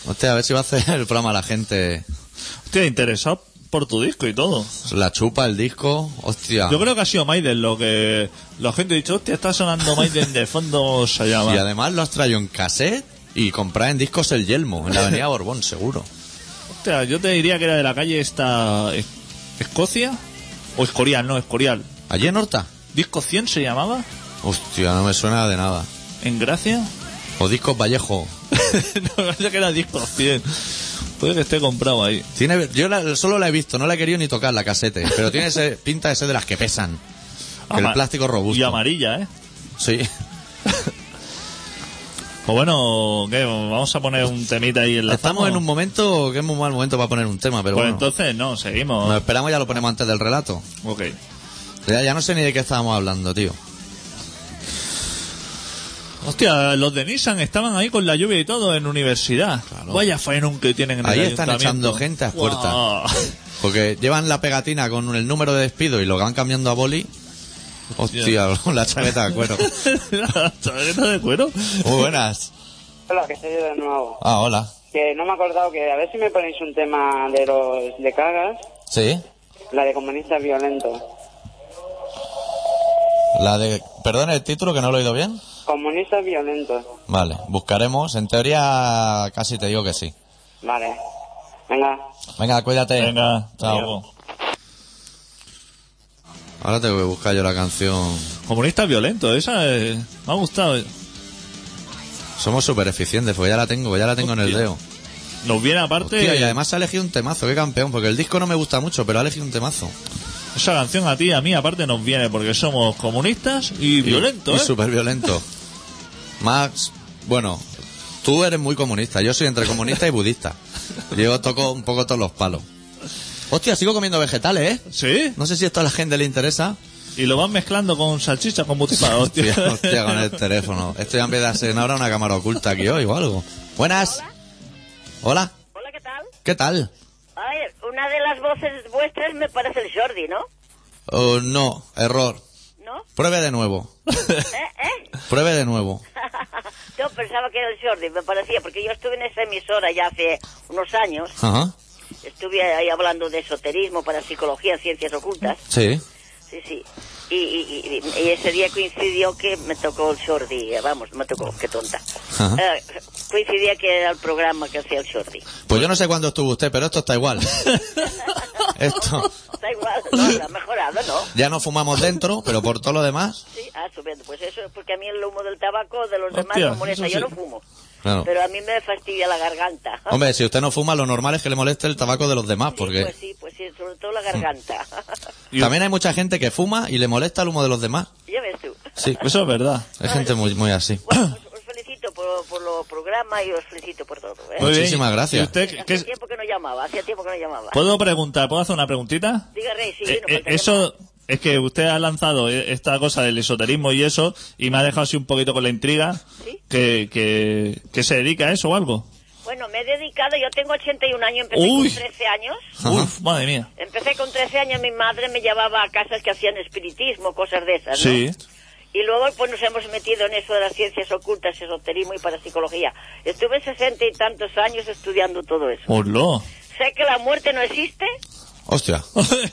Speaker 1: Hostia, a ver si va a hacer el programa la gente.
Speaker 2: Hostia, interesado por tu disco y todo.
Speaker 1: La chupa, el disco. Hostia.
Speaker 2: Yo creo que ha sido Maiden lo que... La gente ha dicho, hostia, está sonando Maiden de fondo, se llama.
Speaker 1: Y además lo has traído en cassette y comprar en discos el yelmo, en la avenida Borbón, seguro.
Speaker 2: Hostia, yo te diría que era de la calle esta... Es- ¿Escocia? O Escorial, no, Escorial.
Speaker 1: ¿Allí en Horta?
Speaker 2: ¿Disco 100 se llamaba?
Speaker 1: Hostia, no me suena de nada.
Speaker 2: en Gracia?
Speaker 1: O discos Vallejo.
Speaker 2: no, me parece que era disco 100. Puede que esté comprado ahí.
Speaker 1: Tiene, yo la- solo la he visto, no la he querido ni tocar la casete, pero tiene ese, pinta de ser de las que pesan. Que el
Speaker 2: Ama-
Speaker 1: plástico es robusto.
Speaker 2: Y amarilla, ¿eh?
Speaker 1: Sí.
Speaker 2: Pues bueno, ¿qué? vamos a poner un temita ahí en la
Speaker 1: Estamos en un momento que es muy mal momento para poner un tema, pero
Speaker 2: Pues
Speaker 1: bueno.
Speaker 2: entonces no, seguimos.
Speaker 1: Nos esperamos y ya lo ponemos antes del relato.
Speaker 2: Ok.
Speaker 1: Ya, ya no sé ni de qué estábamos hablando, tío.
Speaker 2: Hostia, los de Nissan estaban ahí con la lluvia y todo en universidad. Vaya faenón que tienen en
Speaker 1: Ahí
Speaker 2: el
Speaker 1: están
Speaker 2: ayuntamiento.
Speaker 1: echando gente a
Speaker 2: Guau.
Speaker 1: Porque llevan la pegatina con el número de despido y lo van cambiando a boli. Hostia, con la chaqueta de cuero.
Speaker 2: La chaqueta de cuero?
Speaker 1: Muy buenas.
Speaker 4: Hola, que soy yo de nuevo.
Speaker 1: Ah, hola.
Speaker 4: Que no me he acordado que a ver si me ponéis un tema de los de cagas,
Speaker 1: Sí.
Speaker 4: la de comunistas violentos.
Speaker 1: La de. Perdón el título que no lo he oído bien.
Speaker 4: Comunistas violentos.
Speaker 1: Vale, buscaremos. En teoría, casi te digo que sí.
Speaker 4: Vale. Venga.
Speaker 1: Venga, cuídate.
Speaker 2: Venga,
Speaker 1: Chao.
Speaker 2: chao.
Speaker 1: Ahora tengo que buscar yo la canción.
Speaker 2: Comunista violento, esa eh, me ha gustado.
Speaker 1: Somos súper eficientes, porque ya la tengo, ya la tengo en el
Speaker 2: Hostia.
Speaker 1: dedo.
Speaker 2: Nos viene aparte.
Speaker 1: Hostia, y además ha elegido un temazo, qué campeón, porque el disco no me gusta mucho, pero ha elegido un temazo.
Speaker 2: Esa canción a ti y a mí aparte nos viene porque somos comunistas y
Speaker 1: Y
Speaker 2: violentos. ¿eh?
Speaker 1: súper violento. Más, bueno, tú eres muy comunista, yo soy entre comunista y budista. Yo toco un poco todos los palos. Hostia, sigo comiendo vegetales, ¿eh?
Speaker 2: Sí,
Speaker 1: No sé si esto a la gente le interesa.
Speaker 2: y lo van mezclando con salchicha, con butifarra, hostia.
Speaker 1: Hostia, hostia, con el teléfono. Esto ya empieza a ser ahora una cámara oculta aquí hoy o algo. Buenas. Hola.
Speaker 5: Hola, ¿qué tal?
Speaker 1: ¿Qué tal?
Speaker 5: Ay, una de las voces vuestras me parece el Jordi, ¿no?
Speaker 1: Oh, no, error.
Speaker 5: ¿No?
Speaker 1: Pruebe de nuevo.
Speaker 5: ¿Eh? ¿Eh?
Speaker 1: Pruebe de nuevo.
Speaker 5: Yo pensaba que era el Jordi, me parecía, porque yo estuve en esa emisora ya hace unos años.
Speaker 1: Ajá.
Speaker 5: Estuve ahí hablando de esoterismo, parapsicología, ciencias ocultas.
Speaker 1: Sí.
Speaker 5: Sí, sí. Y, y- y- y ese día coincidió que me tocó el Jordi, eh, vamos, me tocó, qué tonta.
Speaker 1: Ajá.
Speaker 5: Eh, coincidía que era el programa que hacía el Jordi.
Speaker 1: Pues yo no sé cuándo estuvo usted, pero esto está igual. Esto.
Speaker 5: Da igual, no, ha mejorado, ¿no?
Speaker 1: Ya no fumamos dentro, pero por todo lo demás.
Speaker 5: Sí, ah, estupendo. Pues eso es porque a mí el humo del tabaco de los demás
Speaker 2: Hostia,
Speaker 5: no molesta.
Speaker 2: eso
Speaker 5: Yo
Speaker 2: sí.
Speaker 5: no fumo.
Speaker 1: Claro.
Speaker 5: Pero a mí me fastidia la garganta.
Speaker 1: Hombre, si usted no fuma, lo normal es que le moleste el tabaco de los demás,
Speaker 5: Sí,
Speaker 1: porque
Speaker 5: Pues sí, pues sí, sobre todo la garganta.
Speaker 2: Y-
Speaker 1: también hay mucha gente que fuma y le molesta el humo de los demás.
Speaker 5: ya ves tú.
Speaker 1: Sí,
Speaker 2: Eso es verdad.
Speaker 1: hay gente muy, muy así.
Speaker 5: Bueno, os, os felicito por, por los programas y os felicito por todo. ¿eh?
Speaker 2: Muy bien.
Speaker 1: Muchísimas gracias.
Speaker 2: ¿Y usted Pues, qué-
Speaker 5: Hacía
Speaker 2: qué-
Speaker 5: tiempo que no llamaba, hacía tiempo que no llamaba.
Speaker 2: ¿Puedo preguntar? ¿Puedo hacer una preguntita?
Speaker 5: Diga, Rey, sí,
Speaker 2: Eh,
Speaker 5: no
Speaker 2: eh,
Speaker 5: faltaría más.
Speaker 2: eso es que usted ha lanzado eh, esta cosa del esoterismo y eso, y me ha dejado así un poquito con la intriga.
Speaker 5: Sí.
Speaker 2: Que, que, que se dedica a eso o algo.
Speaker 5: Bueno, me he dedicado, yo tengo 81 años, empecé
Speaker 2: Uy.
Speaker 5: con 13 años.
Speaker 1: Ajá.
Speaker 2: Uf, madre mía.
Speaker 5: Empecé con 13 años, mi madre me llevaba a casas que hacían espiritismo, cosas de esas, ¿no?
Speaker 2: Sí.
Speaker 5: Y luego pues nos hemos metido en eso de las ciencias ocultas, esoterismo y parapsicología. Estuve sesenta y tantos años estudiando todo eso.
Speaker 2: Hola.
Speaker 5: Sé que la muerte no existe.
Speaker 1: Hostia,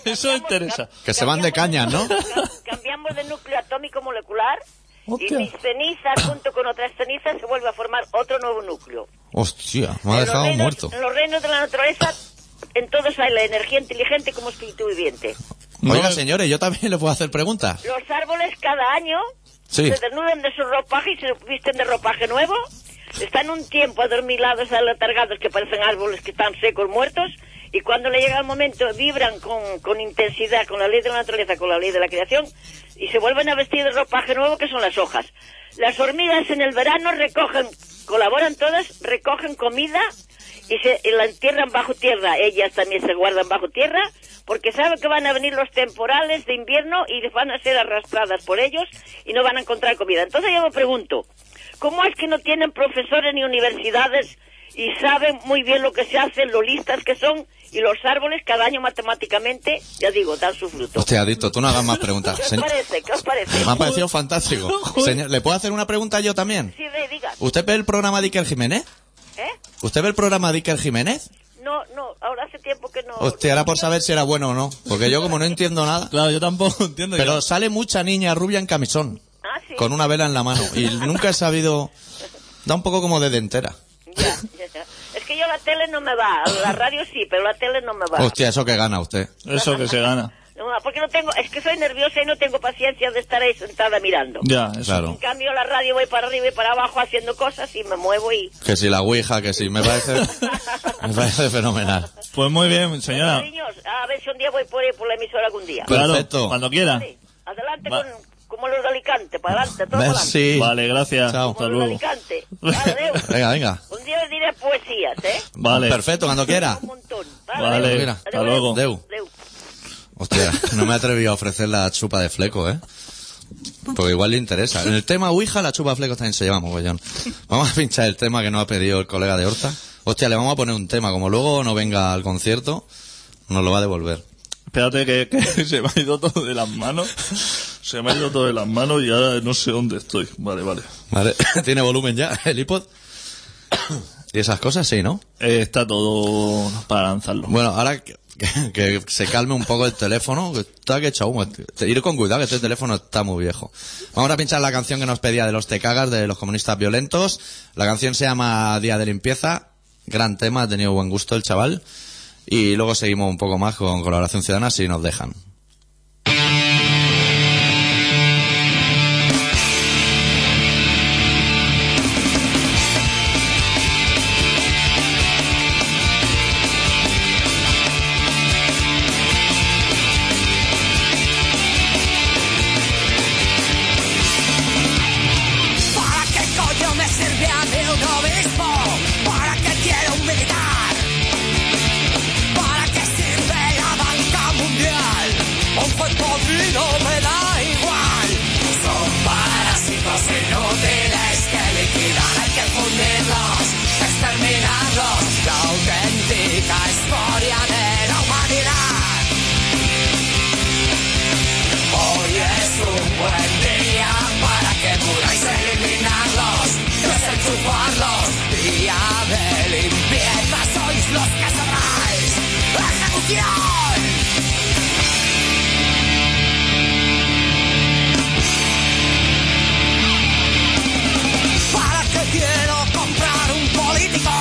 Speaker 2: eso interesa.
Speaker 1: Que se van de
Speaker 5: Cambiamos
Speaker 1: caña, ¿no?
Speaker 5: cam- Cambiamos de núcleo atómico molecular
Speaker 2: Hostia.
Speaker 5: y mis cenizas junto con otras cenizas se vuelve a formar otro nuevo núcleo.
Speaker 1: hostia, me ha
Speaker 5: En los
Speaker 1: dejado
Speaker 5: reinos-
Speaker 1: muerto.
Speaker 5: En los reinos de la naturaleza, en todos hay la energía inteligente como espíritu viviente.
Speaker 2: No,
Speaker 1: Oiga,
Speaker 2: eh,
Speaker 1: señores, yo también le puedo hacer preguntas.
Speaker 5: Los árboles cada año
Speaker 1: Sí.
Speaker 5: se desnudan de su ropaje y se visten de ropaje nuevo. Están un tiempo adormilados, alatargados, que parecen árboles que están secos, muertos. Y cuando le llega el momento, vibran con, con intensidad, con la ley de la naturaleza, con la ley de la creación, y se vuelven a vestir de ropaje nuevo, que son las hojas. Las hormigas en el verano recogen, colaboran todas, recogen comida y, se, y la entierran bajo tierra. Ellas también se guardan bajo tierra porque saben que van a venir los temporales de invierno y van a ser arrastradas por ellos y no van a encontrar comida. Entonces yo me pregunto, ¿cómo es que no tienen profesores ni universidades y saben muy bien lo que se hace, lo listas que son y los árboles cada año matemáticamente, ya digo, dan su fruto?
Speaker 1: Hostia, Adicto, tú no hagas más preguntas.
Speaker 5: ¿Qué os
Speaker 1: Señor-
Speaker 5: parece? ¿Qué os parece?
Speaker 1: Me ha parecido fantástico. Señor, ¿le puedo hacer una pregunta yo también?
Speaker 5: Sí, Rey, diga,
Speaker 1: ¿Usted ve el programa de Iker Jiménez?
Speaker 5: ¿eh?
Speaker 1: ¿Usted ve el programa de Iker Jiménez?
Speaker 5: No, no, ahora hace tiempo que no...
Speaker 1: Hostia, era por saber si era bueno o no. Porque yo como no entiendo nada...
Speaker 2: Claro, yo tampoco entiendo.
Speaker 1: Pero sale mucha niña rubia en camisón,
Speaker 5: Ah, sí.
Speaker 1: con una vela en la mano. Y nunca he sabido... Da un poco como de dentera.
Speaker 5: Ya, ya, ya. Es que yo la tele no me va, la radio sí, pero la tele no me va.
Speaker 1: Hostia, eso que gana usted.
Speaker 2: Eso que se gana.
Speaker 5: No me no, porque no tengo, es que soy nerviosa y no tengo paciencia de estar ahí sentada mirando.
Speaker 2: Ya, eso.
Speaker 1: Claro.
Speaker 5: En cambio, la radio voy para arriba y para abajo haciendo cosas y me muevo y...
Speaker 1: Que si la Ouija, que si... Me parece, me parece fenomenal.
Speaker 2: Pues muy bien, señora.
Speaker 5: Niños, a ver si un día voy por ahí por la emisora algún día.
Speaker 1: Claro.
Speaker 2: Claro,
Speaker 1: Perfecto.
Speaker 2: cuando quiera.
Speaker 5: Sí, adelante
Speaker 2: Pues, Va.
Speaker 5: con, como los de Alicante, para adelante, todo para adelante.
Speaker 1: Merci.
Speaker 2: Vale, gracias.
Speaker 1: Chao.
Speaker 2: Hasta
Speaker 5: Como los de
Speaker 2: luego.
Speaker 5: Alicante. Adiós.
Speaker 1: Venga, venga.
Speaker 5: Un día os diré poesías, ¿eh?
Speaker 2: Vale.
Speaker 1: Perfecto, cuando quiera.
Speaker 5: Un montón.
Speaker 2: Vale,
Speaker 5: Adiós.
Speaker 1: hasta
Speaker 5: Adiós.
Speaker 2: luego.
Speaker 1: Deu.
Speaker 5: Adiós.
Speaker 1: Hostia, no me atreví a ofrecer la chupa de fleco, ¿eh? Porque igual le interesa. En el tema Ouija, la chupa de flecos también se llama mogollón. Vamos a pinchar el tema que nos ha pedido el colega de Horta. Hostia, le vamos a poner un tema. Como luego no venga al concierto, nos lo va a devolver.
Speaker 2: Espérate que, que se me ha ido todo de las manos. Se me ha ido todo de las manos y ahora no sé dónde estoy. Vale, vale.
Speaker 1: ¿Vale? ¿Tiene volumen ya el iPod? Y esas cosas, sí, ¿no?
Speaker 2: Eh, está todo para lanzarlo.
Speaker 1: Bueno, ahora que, que- que se calme un poco el teléfono, que está que echa humo. Te- Ir con cuidado, que este teléfono está muy viejo. Vamos a pinchar la canción que nos pedía de los Te Cagas, de los comunistas violentos. La canción se llama Día de Limpieza. Gran tema, ha tenido buen gusto el chaval. Y luego seguimos un poco más con colaboración ciudadana si nos dejan.
Speaker 6: ¿Para qué coño me sirve a mí un obispo? ¿Para qué quiero un militar? ¿Para qué sirve la banca mundial? Un cuerpo vino me da igual. Son parásitos inútiles que liquidan hay que fundirlos, exterminarlos. La auténtica historia de la humanidad. Hoy es un buen día para que podáis eliminarlos, desenchufarlos. Día de limpieza, sois los que sabráis. ¡Ejecución! ¿Para qué quiero comprar un político?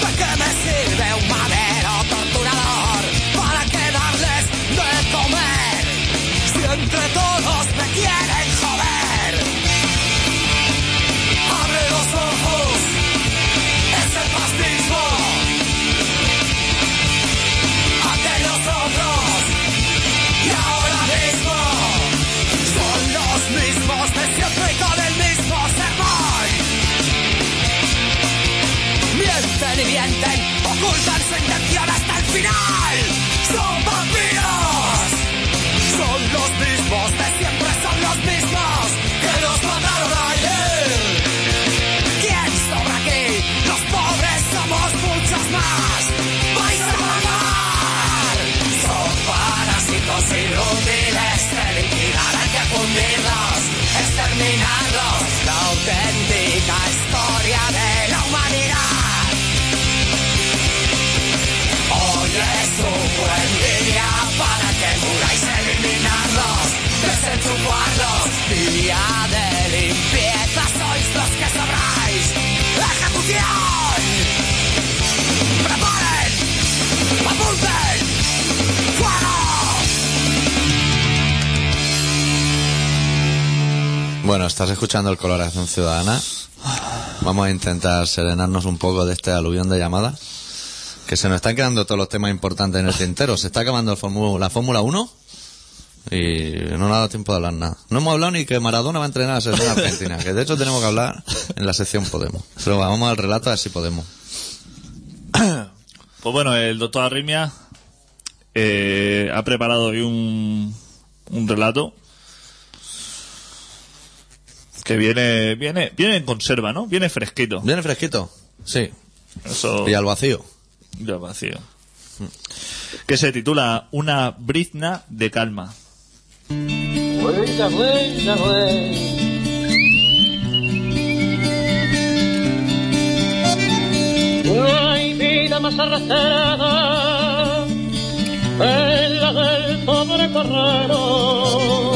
Speaker 6: ¿De qué me sirve un madero torturador? ¿Para qué darles de comer? Si entre todos me quieren joder. Abre los ojos, es el fascismo. Aquellos otros y ahora mismo. Son los mismos de siempre y con el mismo sermón. Mienten y mienten, ocultan su intención hasta el final. Son vampiros. Son los mismos de siempre, son los mismos que nos mataron ayer. ¿Quién sobra aquí? Los pobres somos muchos más. ¡Vais a pagar! Son parásitos inútiles que liquidar hay que fundirlos, exterminarlos. La auténtica historia de la humanidad. Hoy es un buen día para que juráis eliminarlos, desenchufarlos. Día de limpieza, sois los que sabráis. ¡Ejecución! ¡Preparen! ¡Apunten! ¡Fuego!
Speaker 1: Bueno, estás escuchando el Colaboración Ciudadana. Vamos a intentar serenarnos un poco de este aluvión de llamadas. Que se nos están quedando todos los temas importantes en el tintero. Se está acabando el formu- la Fórmula 1 y no nos ha dado tiempo de hablar nada. No hemos hablado ni que Maradona va a entrenar a la selección argentina, que de hecho tenemos que hablar en la sección Podemos. Pero vamos al relato a ver si podemos.
Speaker 2: Pues bueno, el doctor Arrimia eh, ha preparado hoy un, un relato que viene, viene, viene en conserva, ¿no? Viene fresquito.
Speaker 1: ¿Viene fresquito? Sí.
Speaker 2: Eso
Speaker 1: Y al vacío.
Speaker 2: ya vacío. Que se titula Una brizna de calma.
Speaker 7: Vuelta, vuelta, vuelta. No hay vida más arrastrada en la del pobre correro.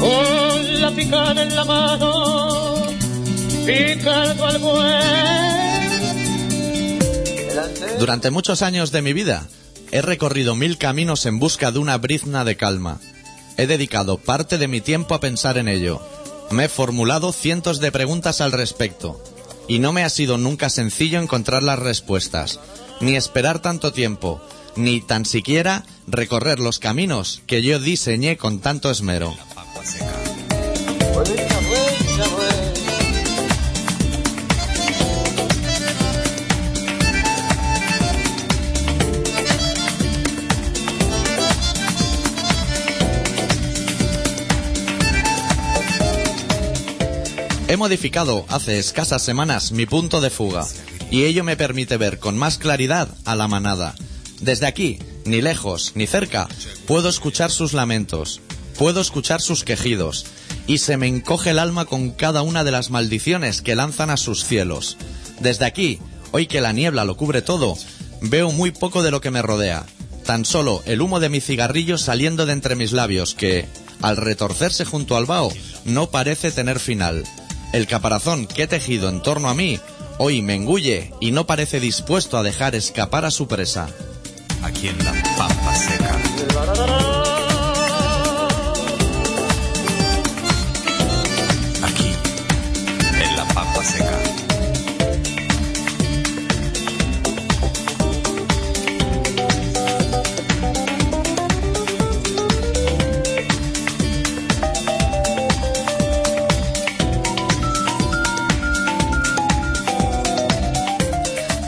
Speaker 7: Con la picada en la mano, picando al buey.
Speaker 1: Durante muchos años de mi vida He recorrido mil caminos en busca de una brizna de calma. He dedicado parte de mi tiempo a pensar en ello. Me he formulado cientos de preguntas al respecto. Y no me ha sido nunca sencillo encontrar las respuestas, ni esperar tanto tiempo, ni tan siquiera recorrer los caminos que yo diseñé con tanto esmero. He modificado hace escasas semanas mi punto de fuga y ello me permite ver con más claridad a la manada. Desde aquí, ni lejos, ni cerca, puedo escuchar sus lamentos, puedo escuchar sus quejidos y se me encoge el alma con cada una de las maldiciones que lanzan a sus cielos. Desde aquí, hoy que la niebla lo cubre todo, veo muy poco de lo que me rodea, tan solo el humo de mi cigarrillo saliendo de entre mis labios que, al retorcerse junto al vaho, no parece tener final. El caparazón que he tejido en torno a mí hoy me engulle y no parece dispuesto a dejar escapar a su presa.
Speaker 6: Aquí en la pampa seca. Aquí en la pampa seca.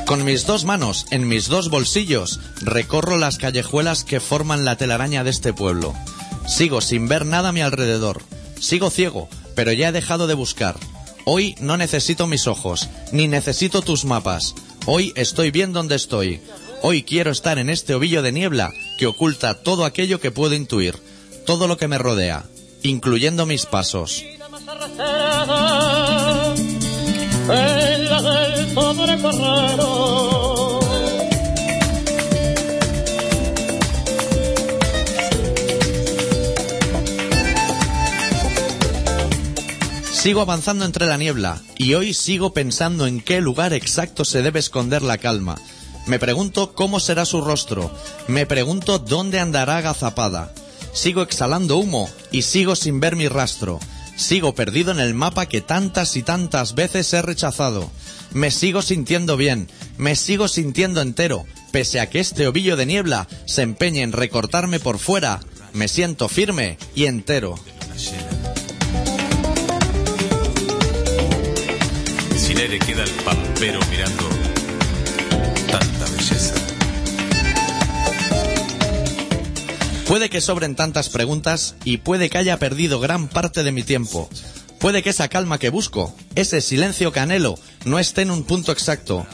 Speaker 1: Con mis dos manos, en mis dos bolsillos, recorro las callejuelas que forman la telaraña de este pueblo. Sigo sin ver nada a mi alrededor. Sigo ciego, pero ya he dejado de buscar. Hoy no necesito mis ojos, ni necesito tus mapas. Hoy estoy bien donde estoy. Hoy quiero estar en este ovillo de niebla que oculta todo aquello que puedo intuir, todo lo que me rodea, incluyendo mis pasos.
Speaker 7: vida más arrastrada es la del pobre correro.
Speaker 1: Sigo avanzando entre la niebla y hoy sigo pensando en qué lugar exacto se debe esconder la calma. Me pregunto cómo será su rostro. Me pregunto dónde andará agazapada. Sigo exhalando humo y sigo sin ver mi rastro. Sigo perdido en el mapa que tantas y tantas veces he rechazado. Me sigo sintiendo bien, me sigo sintiendo entero, pese a que este ovillo de niebla se empeñe en recortarme por fuera. Me siento firme y entero.
Speaker 6: Sin aire queda el pampero mirando tanta belleza.
Speaker 1: Puede que sobren tantas preguntas y puede que haya perdido gran parte de mi tiempo. Puede que esa calma que busco, ese silencio que anhelo, no esté en un punto exacto.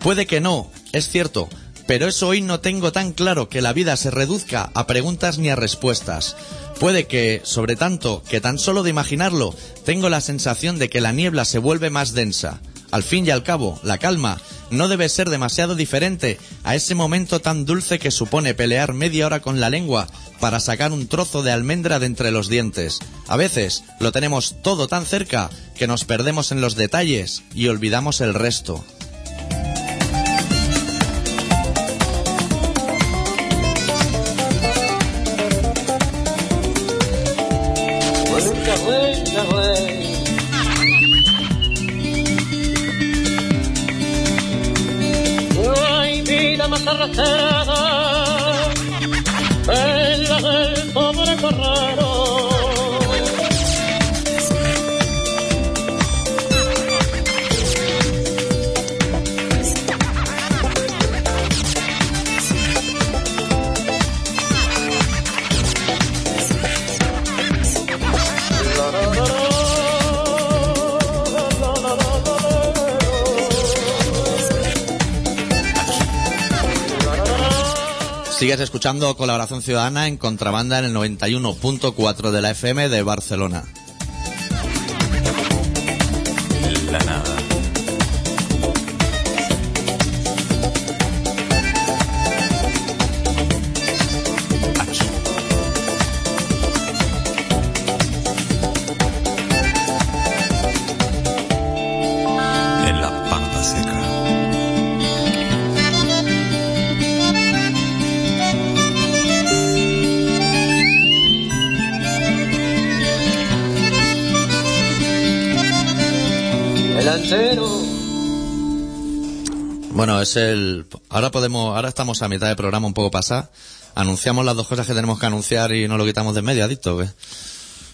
Speaker 1: Puede que no, es cierto, pero eso hoy no tengo tan claro que la vida se reduzca a preguntas ni a respuestas. Puede que, sobre tanto, que tan solo de imaginarlo, tengo la sensación de que la niebla se vuelve más densa. Al fin y al cabo, la calma no debe ser demasiado diferente a ese momento tan dulce que supone pelear media hora con la lengua para sacar un trozo de almendra de entre los dientes. A veces lo tenemos todo tan cerca que nos perdemos en los detalles y olvidamos el resto.
Speaker 7: Vuelta, vuelta, vuelta. No hay vida más arrastrada es la del pobre correro.
Speaker 1: Sigues escuchando Colaboración Ciudadana en contrabanda en el 91.4 de la FM de Barcelona.
Speaker 6: La nada. Aquí. En la pampa seca.
Speaker 7: sincero.
Speaker 1: Bueno, es el. Ahora podemos. Ahora estamos a mitad de programa, un poco pasada. Anunciamos las dos cosas que tenemos que anunciar y no lo quitamos de en medio, adicto. ¿o qué?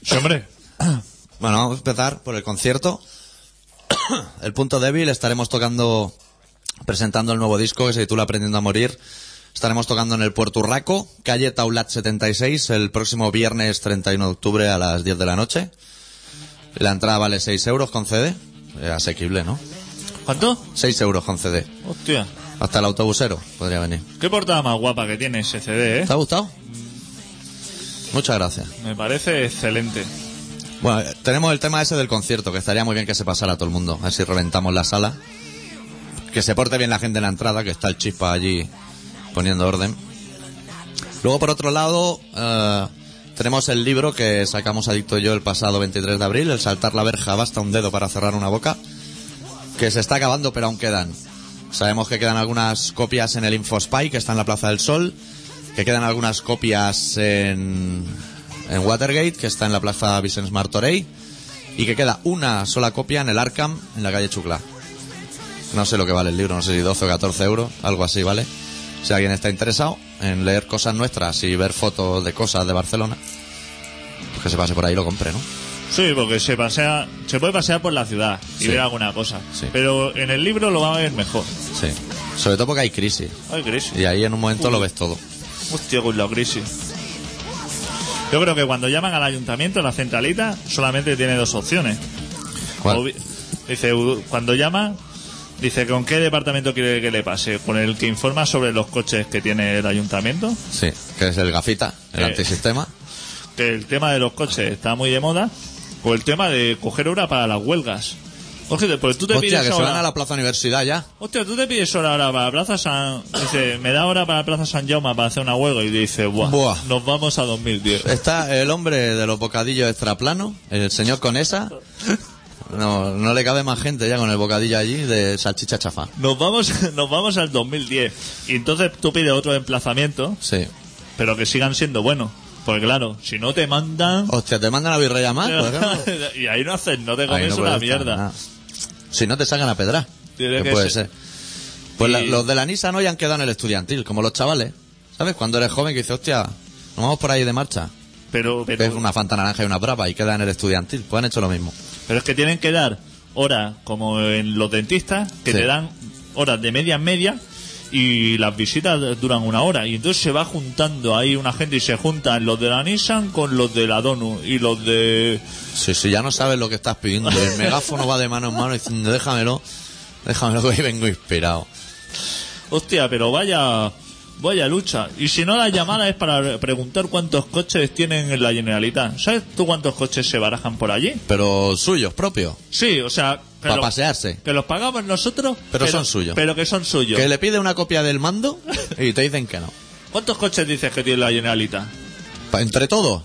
Speaker 2: Sí, hombre.
Speaker 1: Bueno, vamos a empezar por el concierto. El punto débil, estaremos tocando, presentando el nuevo disco que se titula Aprendiendo a Morir. Estaremos tocando en el Puerto Urraco, calle Taulat 76, el próximo viernes 31 de octubre a las 10 de la noche. La entrada vale 6 euros con CD. Eh, asequible, ¿no?
Speaker 2: ¿Cuánto?
Speaker 1: 6 euros con CD.
Speaker 2: Hostia.
Speaker 1: Hasta el autobusero podría venir.
Speaker 2: Qué portada más guapa que tiene ese CD, ¿eh?
Speaker 1: ¿Te ha gustado? Muchas gracias.
Speaker 2: Me parece excelente.
Speaker 1: Bueno, eh, tenemos el tema ese del concierto, que estaría muy bien que se pasara a todo el mundo. A ver si reventamos la sala. Que se porte bien la gente en la entrada, que está el chispa allí poniendo orden. Luego, por otro lado, eh, tenemos el libro que sacamos Adicto y yo el pasado 23 de abril, El saltar la verja, basta un dedo para cerrar una boca, que se está acabando, pero aún quedan. Sabemos que quedan algunas copias en el InfoSpy, que está en la Plaza del Sol, que quedan algunas copias en, en Watergate, que está en la Plaza Vicens Martorey, y que queda una sola copia en el Arkham, en la calle Chuclá. No sé lo que vale el libro, no sé si 12 o 14 euros, algo así, ¿vale? Si alguien está interesado en leer cosas nuestras y ver fotos de cosas de Barcelona, pues que se pase por ahí y lo compre, ¿no?
Speaker 2: Sí, porque se pasea, se puede pasear por la ciudad y
Speaker 1: Sí.
Speaker 2: ver alguna cosa.
Speaker 1: Sí.
Speaker 2: Pero en el libro lo va a ver mejor.
Speaker 1: Sí. Sobre todo porque hay crisis.
Speaker 2: Ay, crisis.
Speaker 1: Y ahí en un momento lo ves todo.
Speaker 2: Hostia, con la crisis. Yo creo que cuando llaman al ayuntamiento, la centralita, solamente tiene dos opciones.
Speaker 1: ¿Cuál?
Speaker 2: Obvi- Dice, u- cuando llama, dice, ¿con qué departamento quiere que le pase? ¿Con el que informa sobre los coches que tiene el ayuntamiento?
Speaker 1: Sí, que es el gafita, el
Speaker 2: Eh.
Speaker 1: antisistema.
Speaker 2: Que el tema de los coches está muy de moda. O el tema de coger hora para las huelgas. Hostia, pues tú te
Speaker 1: Hostia,
Speaker 2: pides
Speaker 1: que se
Speaker 2: ahora-
Speaker 1: van a la plaza universidad ya.
Speaker 2: Hostia, tú te pides hora ahora para Plaza San... Dice, me da hora para Plaza San Jaume para hacer una huelga. Y dice, buah,
Speaker 1: Buah.
Speaker 2: nos vamos a 2010.
Speaker 1: Está el hombre de los bocadillos extraplano, el señor Conesa. No, no le cabe más gente ya con el bocadillo allí de salchicha chafa.
Speaker 2: Nos vamos, nos vamos al 2010. Y entonces tú pides otro emplazamiento,
Speaker 1: Sí.
Speaker 2: pero que sigan siendo buenos. Porque claro, si no te mandan...
Speaker 1: Hostia, te mandan a Virrey a más. por ejemplo?
Speaker 2: y ahí no haces, no te
Speaker 1: Ah, Ahí
Speaker 2: comes
Speaker 1: no puede
Speaker 2: una
Speaker 1: estar,
Speaker 2: mierda.
Speaker 1: nada. Si no te sacan a pedra.
Speaker 2: Tiene
Speaker 1: que
Speaker 2: que
Speaker 1: puede
Speaker 2: ser.
Speaker 1: ser. Pues
Speaker 2: Y-
Speaker 1: la- los de la Nisa no ya han quedado en el estudiantil, como los chavales. ¿Sabes? Cuando eres joven que dices, hostia, nos vamos por ahí de marcha.
Speaker 2: Pero, pero,
Speaker 1: Es una fanta naranja y una brava y queda en el estudiantil. Pues han hecho lo mismo.
Speaker 2: pero es que tienen que dar horas, como en los dentistas, que
Speaker 1: Sí.
Speaker 2: te dan horas de media en media y las visitas duran una hora. Y entonces se va juntando ahí una gente y se juntan los de la Nissan con los de la Donu y los de...
Speaker 1: Si, si ya no sabes lo que estás pidiendo, el megáfono va de mano en mano diciendo, déjamelo, déjamelo que hoy vengo inspirado.
Speaker 2: Hostia, pero vaya vaya lucha. Y si no la llamada es para preguntar cuántos coches tienen en la Generalitat. ¿Sabes tú cuántos coches se barajan por allí?
Speaker 1: Pero suyos, propios.
Speaker 2: Sí, o sea... que
Speaker 1: Para
Speaker 2: lo-
Speaker 1: pasearse.
Speaker 2: Que los pagamos nosotros.
Speaker 1: Pero son suyos.
Speaker 2: Pero que son suyos.
Speaker 1: Que le pide una copia del mando y te dicen que no.
Speaker 2: ¿Cuántos coches dices que tiene la Generalitat?
Speaker 1: Pa- Entre todos,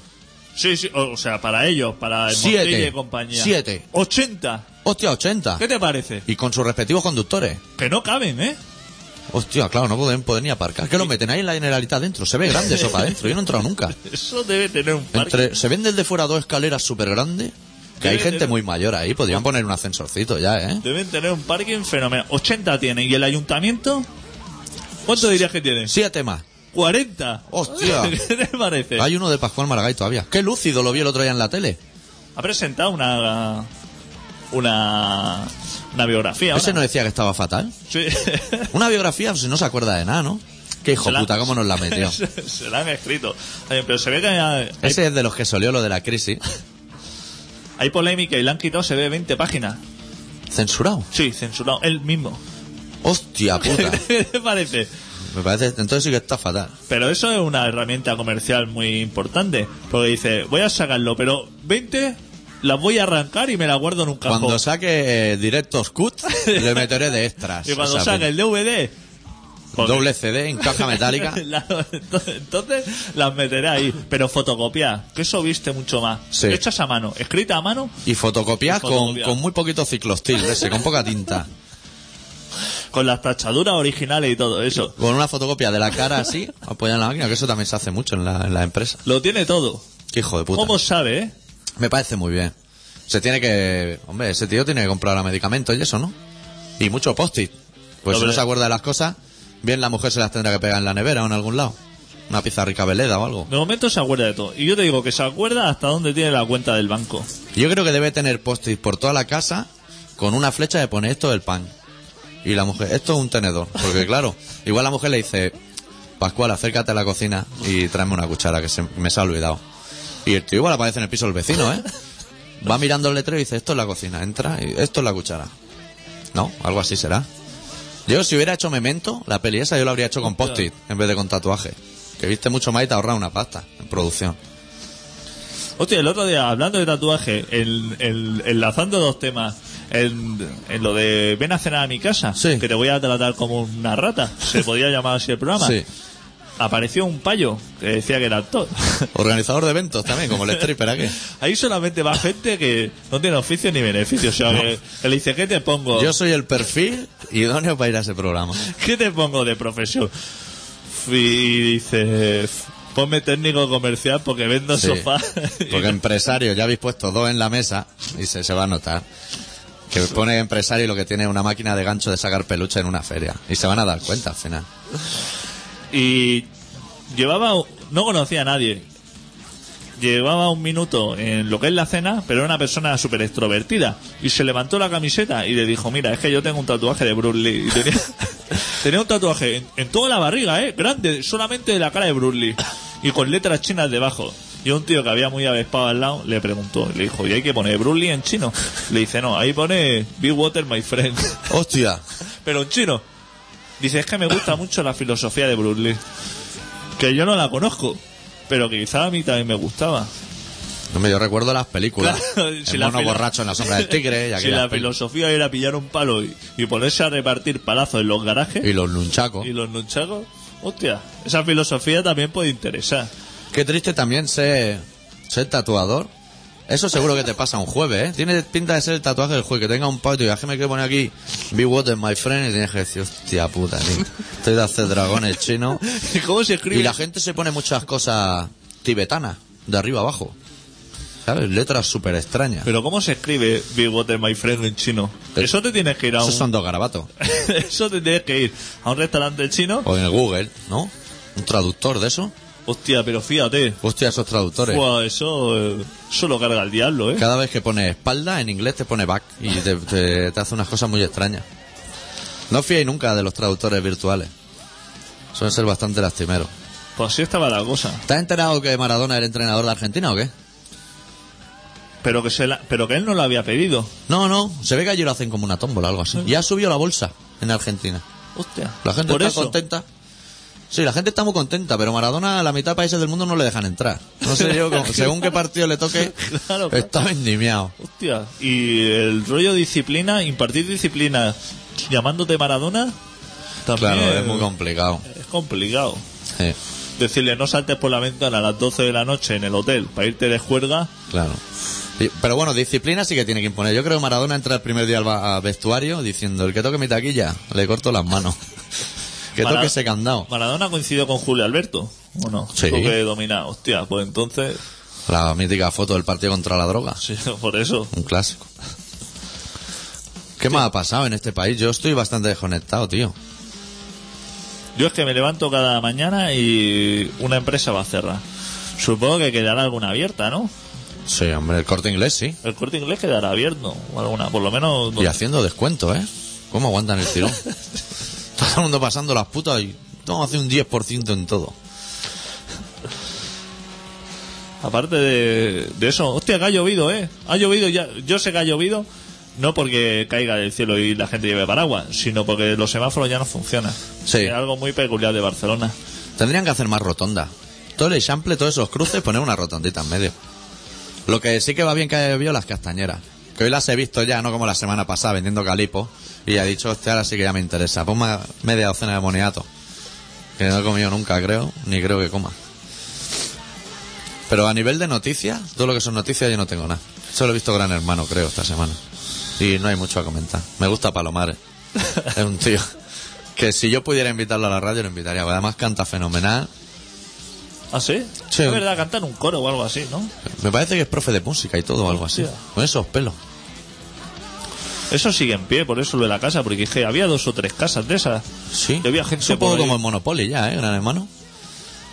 Speaker 2: Sí, sí, o, o sea, para ellos, para el
Speaker 1: Siete.
Speaker 2: Montilla y compañía.
Speaker 1: Siete. Ah.
Speaker 2: 80.
Speaker 1: hostia, 80.
Speaker 2: ¿Qué te parece?
Speaker 1: Y con sus respectivos conductores.
Speaker 2: Que no caben, ¿eh?
Speaker 1: Hostia, claro, no pueden, pueden ni aparcar. Que lo meten ahí en la generalita adentro. Se ve grande eso para adentro. Yo no he entrado nunca.
Speaker 2: Eso debe tener un parque.
Speaker 1: Entre, se ven desde fuera dos escaleras súper grandes. Que hay gente muy mayor ahí. Podrían poner un ascensorcito ya, ¿eh?
Speaker 2: Deben tener un parking fenomenal. 80 tienen. ¿Y el ayuntamiento? ¿Cuánto dirías que tienen?
Speaker 1: Siete más.
Speaker 2: 40.
Speaker 1: Hostia.
Speaker 2: ¿Qué te parece?
Speaker 1: Hay uno de Pascual Maragall todavía. Qué lúcido lo vi el otro día en la tele.
Speaker 2: Ha presentado una. Una. Una biografía.
Speaker 1: Ese no
Speaker 2: ahora.
Speaker 1: decía que estaba fatal.
Speaker 2: Sí.
Speaker 1: Una biografía, pues, si no se acuerda de nada, ¿no? Qué hijo
Speaker 2: Se la-
Speaker 1: puta, cómo nos la metió.
Speaker 2: Se la han escrito. Oye, Pero se ve que hay, hay-
Speaker 1: Ese es de los que solió lo de la crisis.
Speaker 2: hay polémica y le han quitado, se ve 20 páginas.
Speaker 1: Censurado.
Speaker 2: Sí, censurado. Él mismo.
Speaker 1: Hostia puta.
Speaker 2: ¿Qué te parece?
Speaker 1: Me parece, entonces sí que está fatal.
Speaker 2: Pero eso es una herramienta comercial muy importante. Porque dice, voy a sacarlo, pero 20 las voy a arrancar y me las guardo en un cajón.
Speaker 1: Cuando saque eh, directos cut, le meteré de extras.
Speaker 2: y cuando
Speaker 1: Esa
Speaker 2: saque el DVD. porque-
Speaker 1: Doble CD en caja metálica.
Speaker 2: La- entonces, entonces las meterá ahí. Pero fotocopiar, que eso viste mucho más.
Speaker 1: Sí.
Speaker 2: Hechas a mano, escrita a mano,
Speaker 1: Y fotocopias
Speaker 2: Y
Speaker 1: con,
Speaker 2: fotocopias.
Speaker 1: con muy poquito ciclostil, de ese, con poca tinta.
Speaker 2: con las tachaduras originales y todo eso.
Speaker 1: Con una fotocopia de la cara así, apoyada en la máquina, que eso también se hace mucho en la, en la empresa.
Speaker 2: Lo tiene todo.
Speaker 1: Qué hijo de puta.
Speaker 2: ¿Cómo sabe, eh?
Speaker 1: Me parece muy bien. Se tiene que. Hombre, ese tío tiene que comprar ahora medicamentos y eso, ¿no? Y mucho post-it. Pues si no
Speaker 2: No, pero-
Speaker 1: se acuerda de las cosas, bien la mujer se las tendrá que pegar en la nevera o en algún lado. Una pizarrica veleda o algo.
Speaker 2: De momento se acuerda de todo. Y yo te digo que se acuerda hasta dónde tiene la cuenta del banco.
Speaker 1: Yo creo que debe tener post-it por toda la casa con una flecha de poner esto del pan. Y la mujer, esto es un tenedor. Porque claro, igual la mujer le dice, Pascual, acércate a la cocina y tráeme una cuchara que se, me se ha olvidado. Y el tío igual aparece en el piso del vecino, ¿eh? Va mirando el letrero y dice, esto es la cocina, entra y esto es la cuchara. No, algo así será. Yo si hubiera hecho memento, la peli esa yo la habría hecho con post-it en vez de con tatuaje. Que viste mucho más y te ahorra una pasta en producción.
Speaker 2: Hostia, el otro día, hablando de tatuaje, el, el- enlazando dos temas, en, en lo de ven a cenar a mi casa,
Speaker 1: Sí.
Speaker 2: que te voy a tratar como una rata, se podía llamar así el programa,
Speaker 1: Sí.
Speaker 2: apareció un payo que decía que era actor.
Speaker 1: Organizador de eventos también, como el stripper aquí.
Speaker 2: Ahí solamente va gente que no tiene oficio ni beneficio, o sea, que, que le dice, ¿qué te pongo?
Speaker 1: Yo soy el perfil idóneo para ir a ese programa.
Speaker 2: ¿Qué te pongo de profesión? Y dice, ponme técnico comercial porque vendo
Speaker 1: Sí.
Speaker 2: sofá.
Speaker 1: Porque empresario, ya habéis puesto dos en la mesa y se, se va a notar. Que pone empresario y lo que tiene es una máquina de gancho de sacar peluche en una feria. Y se van a dar cuenta al final.
Speaker 2: y llevaba no conocía a nadie llevaba un minuto en lo que es la cena pero era una persona súper extrovertida y se levantó la camiseta y le dijo mira es que yo tengo un tatuaje de Bruce Lee Y tenía, tenía un tatuaje en, en toda la barriga eh grande solamente de la cara de Bruce Lee y con letras chinas debajo y un tío que había muy avespado al lado le preguntó le dijo y hay que poner Bruce Lee en chino le dice no ahí pone Big Water my friend
Speaker 1: ¡Hostia!
Speaker 2: pero en chino. Dice, es que me gusta mucho la filosofía de Bruce Lee. Que yo no la conozco, pero que quizá a mí también me gustaba.
Speaker 1: No me yo recuerdo las películas.
Speaker 2: Claro,
Speaker 1: Pues, el
Speaker 2: si la
Speaker 1: mono
Speaker 2: filo-
Speaker 1: borracho en la sombra del tigre y,
Speaker 2: si la
Speaker 1: aquellas pel-
Speaker 2: filosofía era pillar un palo y, y ponerse a repartir palazos en los garajes
Speaker 1: y
Speaker 2: y,
Speaker 1: los nunchacos.
Speaker 2: los nunchacos, hostia, esa filosofía también puede interesar.
Speaker 1: Qué triste también ser, ser tatuador. Eso seguro que te pasa un jueves, ¿eh? Tiene pinta de ser el tatuaje del jueves, que tenga un patio y que me quiero poner aquí Be Water, my friend, y tienes que decir, hostia puta, tío. Estoy de hacer dragones chinos.
Speaker 2: ¿Y cómo se escribe?
Speaker 1: Y la gente se pone muchas cosas tibetanas, de arriba abajo. ¿Sabes? Letras súper extrañas.
Speaker 2: Pero ¿cómo se escribe Big Water My Friend en chino?
Speaker 1: Te-
Speaker 2: Eso te tienes que ir a un...
Speaker 1: Esos son dos garabatos.
Speaker 2: Eso te tienes que ir a un restaurante chino.
Speaker 1: O en el Google, ¿no? Un traductor de eso.
Speaker 2: Hostia, pero fíjate.
Speaker 1: Hostia, esos traductores.
Speaker 2: Buah, eso, eh, eso lo carga el diablo, ¿eh?
Speaker 1: Cada vez que pone espalda, en inglés te pone back y te, te- te hace unas cosas muy extrañas. No os fiéis nunca de los traductores virtuales. Suelen ser bastante lastimeros.
Speaker 2: Pues así estaba la cosa.
Speaker 1: ¿Te has enterado que Maradona era entrenador de Argentina o qué?
Speaker 2: Pero que, se la- pero que él no lo había pedido.
Speaker 1: No, no. Se ve que allí lo hacen como una tómbola o algo así. Ya subió la bolsa en Argentina.
Speaker 2: Hostia.
Speaker 1: La gente
Speaker 2: Por
Speaker 1: está
Speaker 2: eso.
Speaker 1: contenta. Sí, la gente está muy contenta, pero Maradona a la mitad de países del mundo no le dejan entrar. No sé yo, como- según qué partido le toque,
Speaker 2: Claro, claro.
Speaker 1: está vendimiado.
Speaker 2: Hostia. Y el rollo disciplina, impartir disciplina llamándote Maradona, también
Speaker 1: Claro, es muy complicado.
Speaker 2: es complicado.
Speaker 1: Sí,
Speaker 2: Decirle no saltes por la ventana a las 12 de la noche en el hotel para irte de juerga.
Speaker 1: claro. Y- Pero bueno, disciplina sí que tiene que imponer. Yo creo que Maradona entra el primer día al ba- a vestuario diciendo, el que toque mi taquilla, le corto las manos. que
Speaker 2: Mara-
Speaker 1: toque ese candado.
Speaker 2: Maradona coincidió con Julio Alberto, ¿o no?
Speaker 1: Sí.
Speaker 2: Porque domina. Hostia, pues entonces,
Speaker 1: La mítica foto del partido contra la droga.
Speaker 2: sí, por eso.
Speaker 1: Un clásico. ¿Qué más ha pasado en este país? Yo estoy bastante desconectado, tío.
Speaker 2: Yo es que me levanto cada mañana y una empresa va a cerrar. Supongo que quedará alguna abierta, ¿no?
Speaker 1: Sí, hombre, el corte inglés sí.
Speaker 2: El corte inglés quedará abierto, o alguna, por lo menos.
Speaker 1: Y haciendo descuento, ¿eh? ¿Cómo aguantan el tirón? Todo el mundo pasando las putas y vamos a hacer un 10% en todo.
Speaker 2: Aparte de, de eso, hostia, que ha llovido, ¿eh? Ha llovido, ya, yo sé que ha llovido, no porque caiga del cielo y la gente lleve paraguas, sino porque los semáforos ya no funcionan.
Speaker 1: Sí.
Speaker 2: Es algo muy peculiar de Barcelona.
Speaker 1: Tendrían que hacer más rotonda. Todo el Eixample, todos esos cruces, poner una rotondita en medio. Lo que sí que va bien que haya llovido las castañeras. Que hoy las he visto ya, no como la semana pasada, vendiendo calipo. Y ha dicho, hostia, ahora sí que ya me interesa. Ponme media docena de moniato. Que no he comido nunca, creo, ni creo que coma. Pero a nivel de noticias, todo lo que son noticias yo no tengo nada. Solo he visto Gran Hermano, creo, esta semana. Y no hay mucho a comentar. Me gusta Palomares. es un tío que si yo pudiera invitarlo a la radio lo invitaría. porque Además canta fenomenal.
Speaker 2: ¿Ah, sí?
Speaker 1: Sí.
Speaker 2: Es verdad, cantan un coro o algo así, ¿no?
Speaker 1: Me parece que es profe de música y todo, o algo así.
Speaker 2: Hostia.
Speaker 1: Con esos pelos.
Speaker 2: Eso sigue en pie, por eso lo de la casa, porque es que había dos o tres casas de esas.
Speaker 1: Sí.
Speaker 2: Y había gente
Speaker 1: Es un poco
Speaker 2: por ahí.
Speaker 1: como el Monopoly ya, ¿eh? Gran hermano.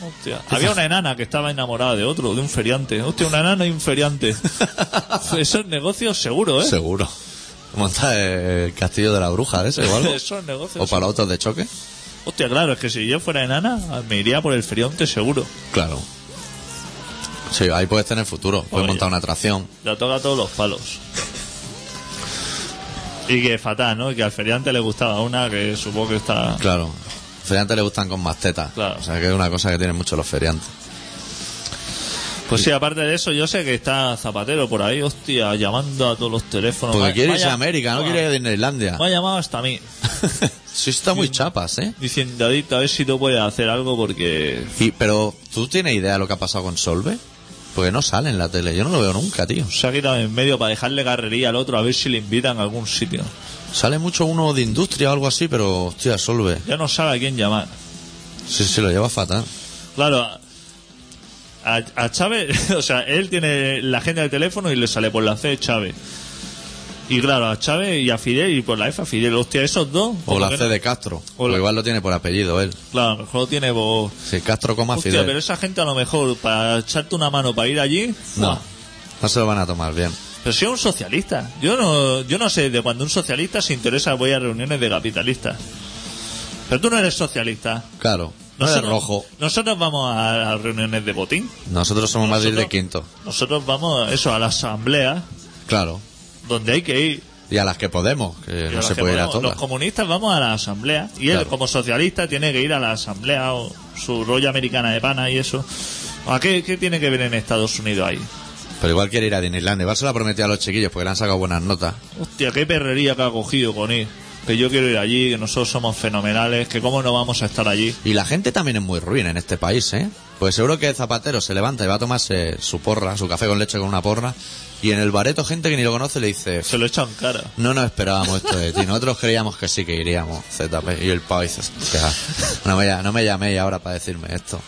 Speaker 2: Hostia. Había una enana que estaba enamorada de otro, de un feriante. Hostia, una enana y un feriante. Eso es negocio seguro, ¿eh?
Speaker 1: Seguro. Monta el castillo de la bruja de ese o algo.
Speaker 2: Eso es negocio
Speaker 1: o para otros de choque.
Speaker 2: Hostia, claro, es que si yo fuera enana, me iría por el feriante seguro.
Speaker 1: Claro. Sí, ahí puedes tener futuro. Puedes
Speaker 2: Oye.
Speaker 1: montar una atracción.
Speaker 2: La toca todos los palos. Y que fatal, ¿no? Y que al feriante le gustaba una que supongo que está...
Speaker 1: Claro. Feriantes le gustan con más tetas.
Speaker 2: Ah. Claro.
Speaker 1: O sea que es una cosa que tienen mucho los feriantes.
Speaker 2: Pues sí, aparte de eso, yo sé que está Zapatero por ahí, hostia, llamando a todos los teléfonos.
Speaker 1: Porque
Speaker 2: Va-
Speaker 1: quiere irse
Speaker 2: vaya-
Speaker 1: a América, no
Speaker 2: va-
Speaker 1: quiere ir a Disneylandia.
Speaker 2: Me ha llamado hasta a mí,
Speaker 1: Sí, está muy chapas, ¿eh?
Speaker 2: diciendo, Adicto, a ver si tú puedes hacer algo porque...
Speaker 1: Y- pero, ¿tú tienes idea de lo que ha pasado con Solve? Porque no sale en la tele. Yo no lo veo nunca, tío.
Speaker 2: Se ha quitado en medio para dejarle carrería al otro a ver si le invitan a algún sitio.
Speaker 1: Sale mucho uno de industria o algo así, pero, hostia, Solve.
Speaker 2: Ya no sabe a quién llamar.
Speaker 1: Sí, sí, lo lleva fatal.
Speaker 2: Claro, a, a- a Chávez, o sea, él tiene la agenda del teléfono y le sale por la C Chávez. Y claro, a Chávez y a Fidel y por la F a Fidel. Hostia, esos dos.
Speaker 1: O
Speaker 2: ¿por
Speaker 1: la
Speaker 2: qué
Speaker 1: C
Speaker 2: no?
Speaker 1: de Castro.
Speaker 2: O la-
Speaker 1: O igual lo tiene por apellido él.
Speaker 2: Claro, a lo mejor tiene vos.
Speaker 1: Sí, Castro coma
Speaker 2: Hostia,
Speaker 1: Fidel.
Speaker 2: pero esa gente a lo mejor para echarte una mano para ir allí.
Speaker 1: No,
Speaker 2: ¡fua!
Speaker 1: no se lo van a tomar bien.
Speaker 2: Pero si es un socialista. Yo no, yo no sé de cuando un socialista se interesa voy a reuniones de capitalistas. Pero tú no eres socialista.
Speaker 1: Claro, no es
Speaker 2: Nosotros-
Speaker 1: rojo.
Speaker 2: Nosotros vamos a, a reuniones de botín.
Speaker 1: Nosotros somos Madrid de
Speaker 2: Nosotros-
Speaker 1: quinto.
Speaker 2: Nosotros vamos a eso, a la asamblea,
Speaker 1: Claro.
Speaker 2: donde hay que ir.
Speaker 1: Y a las que podemos, que
Speaker 2: Y a
Speaker 1: no
Speaker 2: las
Speaker 1: se
Speaker 2: que
Speaker 1: puede ir a
Speaker 2: podemos. Los
Speaker 1: todas.
Speaker 2: comunistas vamos a la asamblea. Y él,
Speaker 1: Claro.
Speaker 2: como socialista, tiene que ir a la asamblea o su rolla americana de pana y eso. ¿A qué, qué tiene que ver en Estados Unidos ahí?
Speaker 1: Pero igual quiere ir a Disneyland. Igual se lo ha prometido a los chiquillos porque le han sacado buenas notas.
Speaker 2: Hostia, qué perrería que ha cogido con ir. Que yo quiero ir allí, que nosotros somos fenomenales, que cómo no vamos a estar allí.
Speaker 1: Y la gente también es muy ruin en este país, ¿eh? Pues seguro que Zapatero se levanta y va a tomarse su porra, su café con leche con una porra. Y en el bareto, gente que ni lo conoce le dice:
Speaker 2: Se lo echan cara.
Speaker 1: No nos esperábamos esto de ti. Nosotros creíamos que sí que iríamos, ZP. Y el pavo dice: "Hostia, No me, ll- no me llaméis ahora para decirme esto.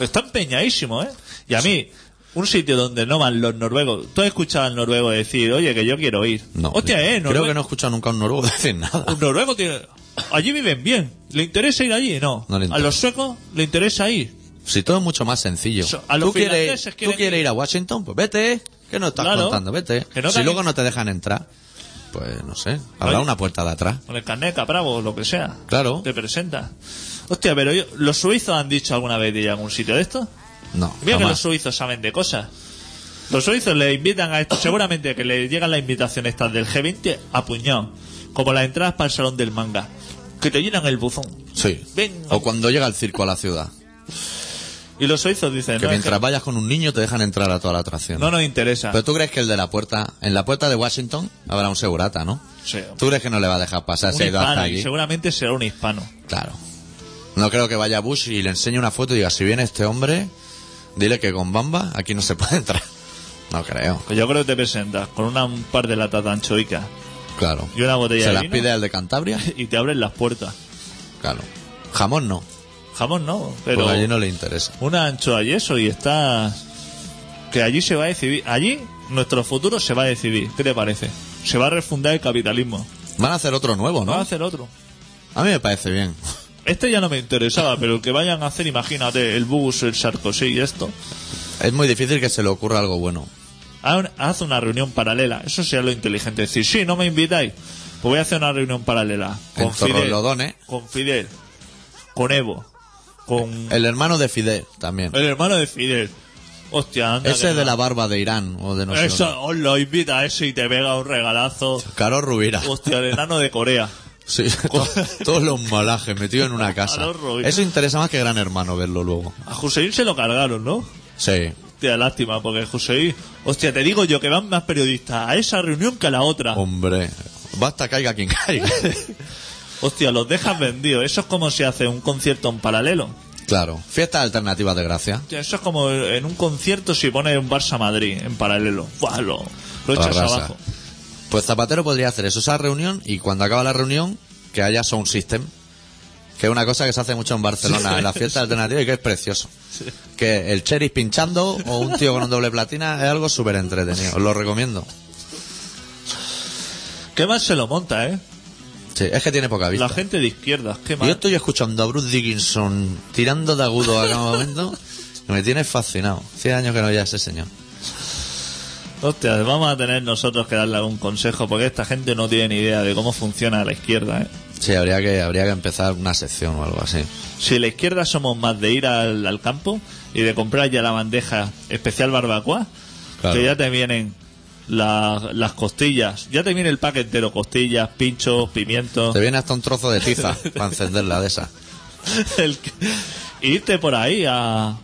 Speaker 2: Está empeñadísimo, ¿eh? Y a mí, un sitio donde no van los noruegos. Tú has escuchado al noruego decir, oye, que yo quiero ir.
Speaker 1: No.
Speaker 2: Hostia, ¿eh?
Speaker 1: Creo
Speaker 2: Norue-
Speaker 1: que no he escuchado nunca a un noruego decir nada.
Speaker 2: Un noruego tiene... Allí viven bien. ¿Le interesa ir allí? No.
Speaker 1: No le
Speaker 2: a
Speaker 1: interesa.
Speaker 2: los suecos le interesa ir.
Speaker 1: Si todo es mucho más sencillo.
Speaker 2: So- a los
Speaker 1: tú quieres,
Speaker 2: finlandeses
Speaker 1: tú
Speaker 2: quieren
Speaker 1: quieres
Speaker 2: ir.
Speaker 1: ir a Washington, pues vete. ¿Qué nos estás
Speaker 2: Claro.
Speaker 1: contando? Vete.
Speaker 2: Que no
Speaker 1: si
Speaker 2: te-
Speaker 1: luego no te dejan entrar, pues no sé. Habrá
Speaker 2: Oye.
Speaker 1: una puerta de atrás.
Speaker 2: Con el carnet capravo o lo que sea.
Speaker 1: Claro.
Speaker 2: Te presenta. Hostia, pero yo- los suizos han dicho alguna vez de ir a algún sitio de esto.
Speaker 1: No,
Speaker 2: Mira que
Speaker 1: jamás.
Speaker 2: los suizos saben de cosas. Los suizos le invitan a esto. Seguramente que le llegan las invitaciones estas del G20 a puñón. Como las entradas para el salón del manga. Que te llenan el buzón.
Speaker 1: Sí.
Speaker 2: Ven.
Speaker 1: O cuando llega el circo a la ciudad.
Speaker 2: Y los suizos dicen,
Speaker 1: Que
Speaker 2: no, es
Speaker 1: mientras vayas con un niño te dejan entrar a toda la atracción.
Speaker 2: no nos interesa.
Speaker 1: Pero tú crees que el de la puerta, en la puerta de Washington habrá un segurata, ¿no?
Speaker 2: Sí.
Speaker 1: Tú crees que no le va a dejar pasar
Speaker 2: Un
Speaker 1: si ha ido hasta
Speaker 2: hispano, y
Speaker 1: aquí.
Speaker 2: seguramente será un hispano.
Speaker 1: Claro. No creo que vaya Bush y le enseñe una foto y diga, si viene este hombre, dile que con Bamba aquí no se puede entrar. No creo.
Speaker 2: Que yo creo que te presentas con una, un par de latas de anchoica
Speaker 1: Claro.
Speaker 2: y una botella
Speaker 1: ¿Se
Speaker 2: de
Speaker 1: las
Speaker 2: vino
Speaker 1: pide al de Cantabria?
Speaker 2: y te abren las puertas.
Speaker 1: Claro. Jamón no,
Speaker 2: Jamón no, pero
Speaker 1: porque allí no le interesa.
Speaker 2: una anchoa y eso y está... Que allí se va a decidir, allí nuestro futuro se va a decidir. ¿Qué te parece? Se va a refundar el capitalismo.
Speaker 1: Van a hacer otro nuevo,
Speaker 2: Van a
Speaker 1: ¿no?
Speaker 2: hacer otro.
Speaker 1: A mí me parece bien.
Speaker 2: Este ya no me interesaba, pero que vayan a hacer, imagínate, el Bush, el Sarkozy y esto.
Speaker 1: Es muy difícil que se le ocurra algo bueno.
Speaker 2: Ha- Haz una reunión paralela. Eso sería lo inteligente. Decir, sí, no me invitáis. Pues voy a hacer una reunión paralela.
Speaker 1: En
Speaker 2: Con Fidel.
Speaker 1: Torrelodones.
Speaker 2: Con Fidel. Con Evo. Con el,
Speaker 1: El hermano de Fidel también.
Speaker 2: hermano de Fidel. Hostia, anda.
Speaker 1: Ese
Speaker 2: que
Speaker 1: de
Speaker 2: no.
Speaker 1: la barba de Irán o de no sé
Speaker 2: Eso,
Speaker 1: dónde.
Speaker 2: os lo invita a ese y te pega un regalazo.
Speaker 1: Caro Rubira.
Speaker 2: Hostia, el enano de Corea.
Speaker 1: Sí, to- todos los malajes metidos en una casa.
Speaker 2: Caro Rubira.
Speaker 1: Eso interesa más que Gran Hermano verlo luego.
Speaker 2: A Joseín se lo cargaron, ¿no?
Speaker 1: Sí.
Speaker 2: Hostia, lástima, porque Joseín. Hostia, te digo yo que van más periodistas a esa reunión que a la otra.
Speaker 1: Hombre. Basta caiga quien caiga.
Speaker 2: Hostia, los dejas vendidos. Eso es como si hace un concierto en paralelo.
Speaker 1: Claro. Fiestas alternativas de gracia.
Speaker 2: Hostia, Eso es como en un concierto si pone un Barça Madrid en paralelo. Buah, lo, lo echas
Speaker 1: Arrasa.
Speaker 2: abajo.
Speaker 1: Pues Zapatero podría hacer eso, esa reunión, y cuando acaba la reunión, que haya sound system. que es una cosa que se hace mucho en Barcelona, en las fiestas alternativas y que es precioso. Que el cherry pinchando o un tío con un doble platina es algo súper entretenido, os lo recomiendo.
Speaker 2: Qué mal se lo monta, ¿eh?
Speaker 1: Sí, es que tiene poca vista.
Speaker 2: La gente de izquierdas, qué
Speaker 1: Yo
Speaker 2: mal.
Speaker 1: estoy escuchando a Bruce Dickinson tirando de agudo a cada momento y me tiene fascinado. Cien años que no veía a ese señor.
Speaker 2: Hostia, vamos a tener nosotros que darle algún consejo porque esta gente no tiene ni idea de cómo funciona la izquierda, ¿eh?
Speaker 1: Sí, habría que, habría que empezar una sección o algo así.
Speaker 2: Si la izquierda somos más de ir al, al campo y de comprar ya la bandeja especial barbacoa,
Speaker 1: Claro.
Speaker 2: que ya te vienen la- las costillas, ya te viene el paquete entero, costillas, pinchos, pimientos,
Speaker 1: Te viene hasta un trozo de tiza para encenderla de esa.
Speaker 2: el- e irte por ahí a,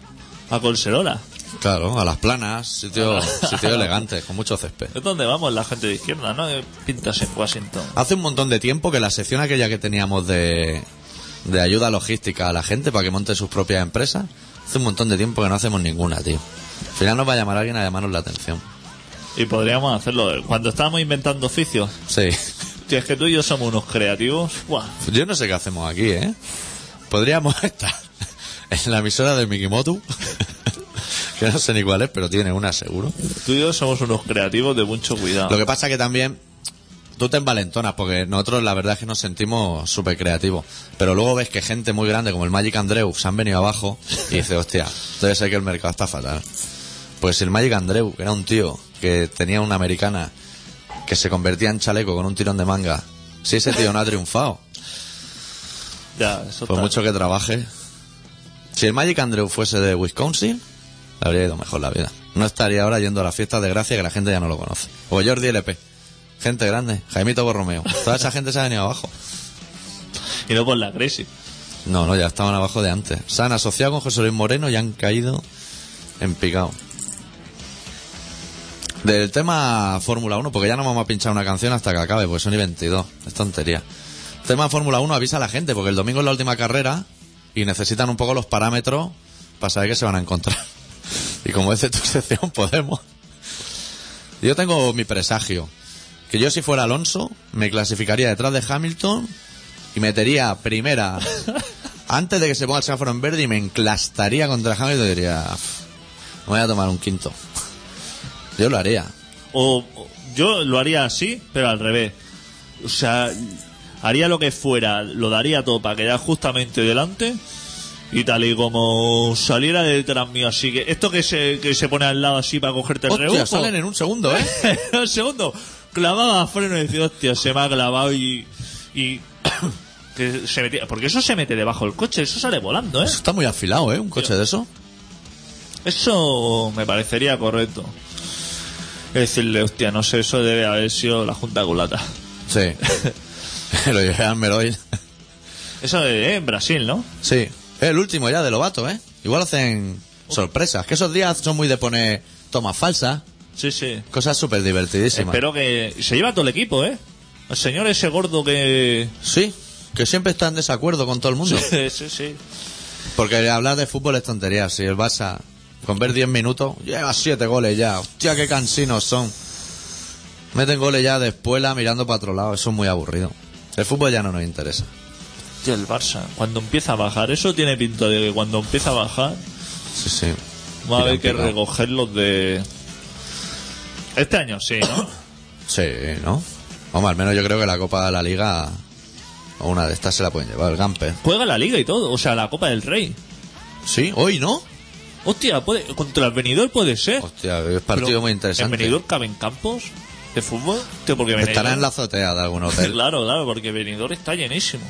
Speaker 2: a Colserola.
Speaker 1: Claro, a las planas, sitio, sitio elegante, con mucho césped.
Speaker 2: Es donde vamos la gente de izquierda, ¿no? Que Pintas en Washington.
Speaker 1: Hace un montón de tiempo que la sección aquella que teníamos de, de ayuda logística a la gente para que monte sus propias empresas, hace un montón de tiempo que no hacemos ninguna, tío. Al final nos va a llamar alguien a llamarnos la atención.
Speaker 2: Y podríamos hacerlo. Cuando estábamos inventando oficios,
Speaker 1: Sí.
Speaker 2: tío, es que tú y yo somos unos creativos. ¡Buah!
Speaker 1: Yo no sé qué hacemos aquí, ¿eh? Podríamos estar en la emisora de Mikimoto, que no sé ni cuál es, pero tiene una seguro.
Speaker 2: Tú y yo somos unos creativos de mucho cuidado.
Speaker 1: Lo que pasa que también tú te envalentonas, porque nosotros la verdad es que nos sentimos súper creativos. Pero luego ves que gente muy grande como el Magic Andreu se han venido abajo y dices, hostia, debe ser que el mercado está fatal. Pues el Magic Andreu, que era un tío que tenía una americana que se convertía en chaleco con un tirón de manga. Si ese tío no ha triunfado,
Speaker 2: Ya, eso
Speaker 1: por
Speaker 2: está.
Speaker 1: pues mucho que trabaje. Si el Magic Andreu fuese de Wisconsin, le habría ido mejor la vida. No estaría ahora yendo a las fiestas de gracia que la gente ya no lo conoce. O Jordi LP. Gente grande. Jaimito Borromeo. Toda esa gente se ha venido abajo.
Speaker 2: Y no por la crisis.
Speaker 1: No, no, ya estaban abajo de antes. Se han asociado con José Luis Moreno y han caído en picado. Del tema Fórmula 1, porque ya no vamos a pinchar una canción hasta que acabe, pues son y 22. Es tontería. Tema Fórmula 1, avisa a la gente, porque el domingo es la última carrera y necesitan un poco los parámetros para saber qué se van a encontrar. Y como dice tu sección, podemos. Yo tengo mi presagio. Que yo si fuera Alonso, me clasificaría detrás de Hamilton y metería primera antes de que se ponga el semáforo en verde y me enclastaría contra Hamilton y diría, "Me voy a tomar un quinto. Yo lo haría.
Speaker 2: O o- yo lo haría así, pero al revés. O sea, haría lo que fuera, lo daría todo para quedar justamente delante. Y tal y como saliera de detrás mío, así que esto que se, que se pone al lado así para cogerte el
Speaker 1: Hostia,
Speaker 2: rebote.
Speaker 1: salen en un segundo, ¿eh?
Speaker 2: el segundo clavaba a freno y decía, hostia, se me ha clavado y. y que se metía- porque eso se mete debajo del coche, eso sale volando, ¿eh?
Speaker 1: Eso está muy afilado, ¿eh? Un coche de eso.
Speaker 2: Eso me parecería correcto. Decirle, hostia, no sé, eso debe haber sido la Junta Culata.
Speaker 1: Sí. lo llevé al Meroy.
Speaker 2: Eso es en Brasil, ¿no?
Speaker 1: Sí. Es el último ya de Lobato, ¿eh? Igual hacen sorpresas. Que esos días son muy de poner tomas falsas.
Speaker 2: Sí, sí.
Speaker 1: Cosas súper divertidísimas.
Speaker 2: Espero que. Se lleva todo el equipo, ¿eh? El señor ese gordo que.
Speaker 1: Sí. Que siempre está en desacuerdo con todo el mundo.
Speaker 2: Sí, sí, sí.
Speaker 1: Porque hablar de fútbol es tontería. Si el Barça, con ver 10 minutos, lleva 7 goles ya. Hostia, qué cansinos son. Meten goles ya de espuela mirando para otro lado. Eso es muy aburrido. El fútbol ya no nos interesa.
Speaker 2: Tío, el Barça. Cuando empieza a bajar, eso tiene pinta de que cuando empieza a bajar,
Speaker 1: Sí, sí. Tiran
Speaker 2: va a haber que
Speaker 1: picado.
Speaker 2: recogerlos de. Este año sí, ¿no?
Speaker 1: Sí, ¿no? Vamos, al menos yo creo que la Copa de la Liga o una de estas se la pueden llevar el Gamper.
Speaker 2: Juega la liga y todo, o sea, la Copa del Rey.
Speaker 1: Sí, hoy no.
Speaker 2: Hostia, puede, contra el venidor puede ser.
Speaker 1: Hostia, es partido
Speaker 2: Pero,
Speaker 1: muy interesante.
Speaker 2: ¿En Benidorm caben campos de fútbol? Tío, porque Benidorm-
Speaker 1: Estará en la azotea de algún hotel.
Speaker 2: Claro, claro, porque Benidorm está llenísimo.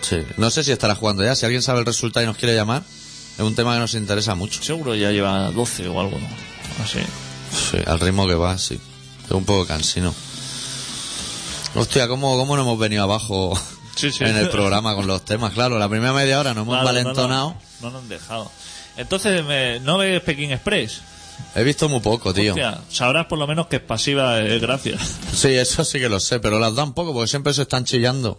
Speaker 1: Sí. No sé si estará jugando ya. Si alguien sabe el resultado y nos quiere llamar, es un tema que nos interesa mucho.
Speaker 2: Seguro ya lleva 12 o algo, ¿no? Ah, Así.
Speaker 1: Sí, al ritmo que va, sí. Es un poco cansino. Hostia, ¿cómo, cómo no hemos venido abajo
Speaker 2: Sí, sí.
Speaker 1: en el programa con los temas? Claro, la primera media hora nos hemos
Speaker 2: Claro,
Speaker 1: valentonado.
Speaker 2: No, no, no nos han dejado. Entonces, me- ¿no ves Pekín Express?
Speaker 1: He visto muy poco, tío.
Speaker 2: Hostia, sabrás por lo menos que es pasiva, eh, gracias.
Speaker 1: Sí, eso sí que lo sé, pero las dan poco porque siempre se están chillando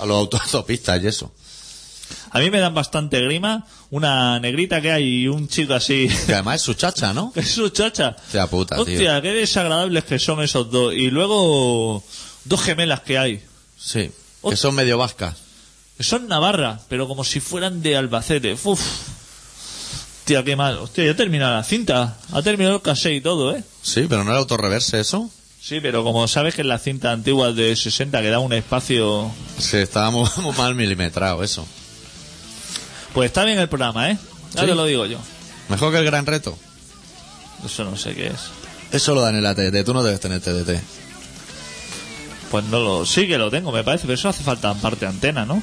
Speaker 1: a los auto- autopistas y eso.
Speaker 2: A mí me dan bastante grima una negrita que hay y un chico así.
Speaker 1: Que además es su chacha, ¿no?
Speaker 2: que es su chacha.
Speaker 1: Hostia puta, tío.
Speaker 2: Hostia, qué desagradables que son esos dos. Y luego, dos gemelas que hay.
Speaker 1: Sí. Que son medio vascas.
Speaker 2: Son Navarra, pero como si fueran de Albacete. Uf. Tía, qué mal. Hostia, ya ha terminado la cinta. Ha terminado el cassette y todo, ¿eh?
Speaker 1: Sí, pero no era autorreverse eso.
Speaker 2: Sí, pero como sabes que en las cintas antiguas de 60 queda un espacio...
Speaker 1: Sí, estábamos muy mal milimetrado eso.
Speaker 2: Pues está bien el programa, ¿eh? Ya
Speaker 1: Sí.
Speaker 2: te lo digo yo.
Speaker 1: Mejor que el gran reto.
Speaker 2: Eso no sé qué es.
Speaker 1: Eso lo dan en la TDT, tú no debes tener TDT.
Speaker 2: Pues no lo... Sí que lo tengo, me parece, pero eso hace falta en parte antena, ¿no?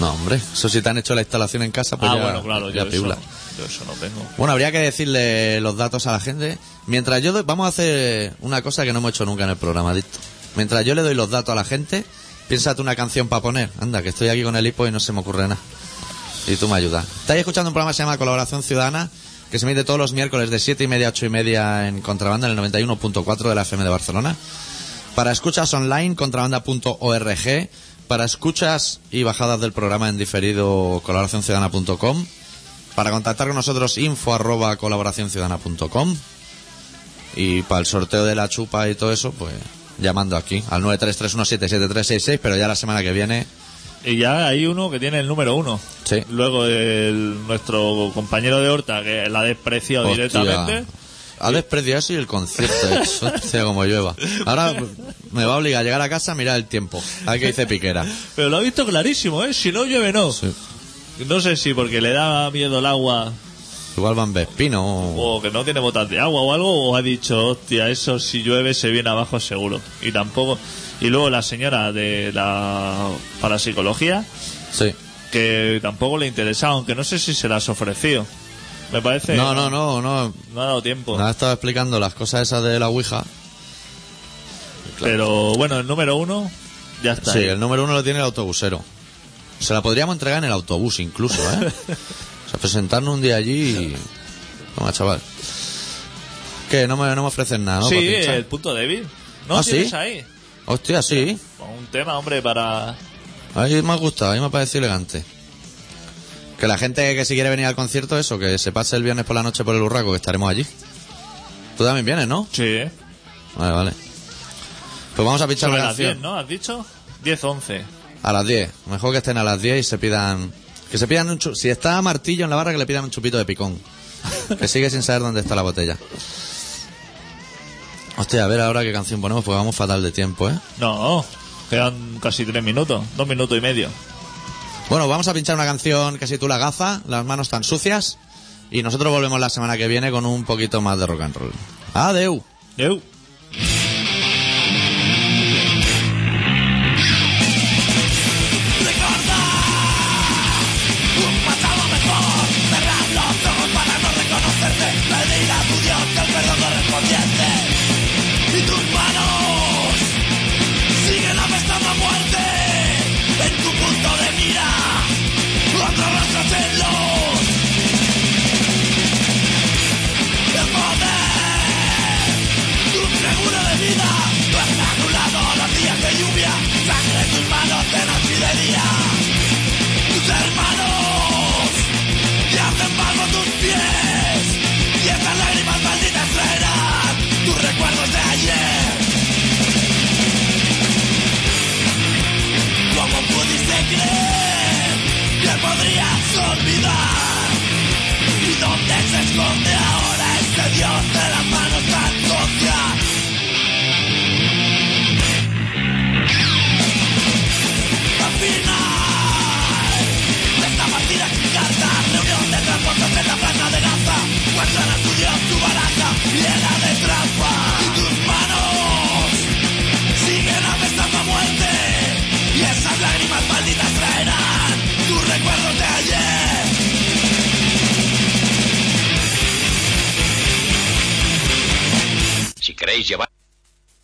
Speaker 1: No, hombre, eso si te han hecho la instalación en casa, pues
Speaker 2: ah,
Speaker 1: ya,
Speaker 2: bueno, claro,
Speaker 1: ya
Speaker 2: yo,
Speaker 1: piula.
Speaker 2: Eso, yo eso no tengo.
Speaker 1: Bueno, habría que decirle los datos a la gente. Mientras yo doy- vamos a hacer una cosa que no hemos hecho nunca en el programa, Dicto. Mientras yo le doy los datos a la gente, piénsate una canción para poner. Anda, que estoy aquí con el hipo y no se me ocurre nada. Y tú me ayudas. Estáis escuchando un programa que se llama Colaboración Ciudadana, que se emite todos los miércoles de 7 y media a 8 y media en Contrabanda, en el 91.4 de la FM de Barcelona. Para escuchas online, contrabanda.org. Para escuchas y bajadas del programa en diferido, colaboracionciudadana.com. Para contactar con nosotros, info arroba colaboracionciudadana.com. Y para el sorteo de la chupa y todo eso, pues llamando aquí al 933177366, pero ya la semana que viene
Speaker 2: Y ya hay uno que tiene el número uno.
Speaker 1: Sí.
Speaker 2: Luego el, nuestro compañero de Horta, que la ha despreciado
Speaker 1: Hostia.
Speaker 2: directamente.
Speaker 1: Ha despreciado eso y el concierto. hecho. Hostia, como llueva. Ahora me va a obligar a llegar a casa a mirar el tiempo. A ver qué dice Piquera.
Speaker 2: Pero lo ha visto clarísimo, ¿eh? Si no llueve, no.
Speaker 1: Sí.
Speaker 2: No sé si porque le da miedo el agua
Speaker 1: Igual van Vespino.
Speaker 2: o que no tiene botas de agua o algo, o ha dicho, hostia, eso si llueve se viene abajo seguro. Y tampoco. Y luego la señora de la parapsicología,
Speaker 1: Sí.
Speaker 2: que tampoco le interesa, aunque no sé si se las ofreció. Me parece.
Speaker 1: No, Oh. no, Ah, no, no.
Speaker 2: No ha dado tiempo.
Speaker 1: Nada, estaba explicando las cosas esas de la Ouija.
Speaker 2: Pero bueno, el número uno ya está.
Speaker 1: Sí,
Speaker 2: ahí.
Speaker 1: el número uno lo tiene el autobusero. Se la podríamos entregar en el autobús incluso, ¿eh? O sea, presentarnos un día allí y... Toma, chaval. Que no me, no me ofrecen nada, ¿no?
Speaker 2: Sí, eh,
Speaker 1: Para pinchar.
Speaker 2: el punto débil. No
Speaker 1: pues, Ah,
Speaker 2: tienes
Speaker 1: ¿sí?
Speaker 2: ahí. Pues
Speaker 1: Hostia, sí.
Speaker 2: Un tema, hombre, para.
Speaker 1: A mí me ha gustado, a mí me ha parecido elegante. Que la gente que si quiere venir al concierto, eso, que se pase el viernes por la noche por el Urraco, que estaremos allí. Tú también vienes, ¿no?
Speaker 2: Sí,
Speaker 1: Vale, vale. Pues vamos a pinchar
Speaker 2: sobre
Speaker 1: una
Speaker 2: las 10,
Speaker 1: canción.
Speaker 2: ¿no? ¿Has dicho? 10-11.
Speaker 1: A las 10. Mejor que estén a las 10 y se pidan... Que se pidan un chu- Si está Martillo en la barra, que le pidan un chupito de picón. Que sigue sin saber dónde está la botella. Hostia, a ver ahora qué canción ponemos, porque vamos fatal de tiempo, ¿eh?
Speaker 2: No, quedan casi 3 minutos, 2 minutos y medio.
Speaker 1: Bueno, vamos a pinchar una canción que si tú la gafa, las manos tan sucias. Y nosotros volvemos la semana que viene con un poquito más de rock and roll. Adeu.
Speaker 2: Eu.
Speaker 8: y tus manos siguen apestando a muerte en tu punto de mira. Cuando arrastras en los el poder, tu seguro de vida, no está a tu lado los días de lluvia, sangre en tus manos de noche y de día. Tus hermanos y hacen bajo tus pies y estas lágrimas malditas traerán tus recuerdos de ayer. ¿Cómo pudiste creer que podrías olvidar? ¿Y dónde se esconde ahora ese dios de las manos tan sucias? Al final de esta partida sin cartas, reunión de tramposos en la plaza de Gaza, guardan a su dios su baraja llena de trampa y tus manos siguen apestando a muerte y esas lágrimas malditas traerán tus recuerdos de ayer.
Speaker 3: Si queréis llevar...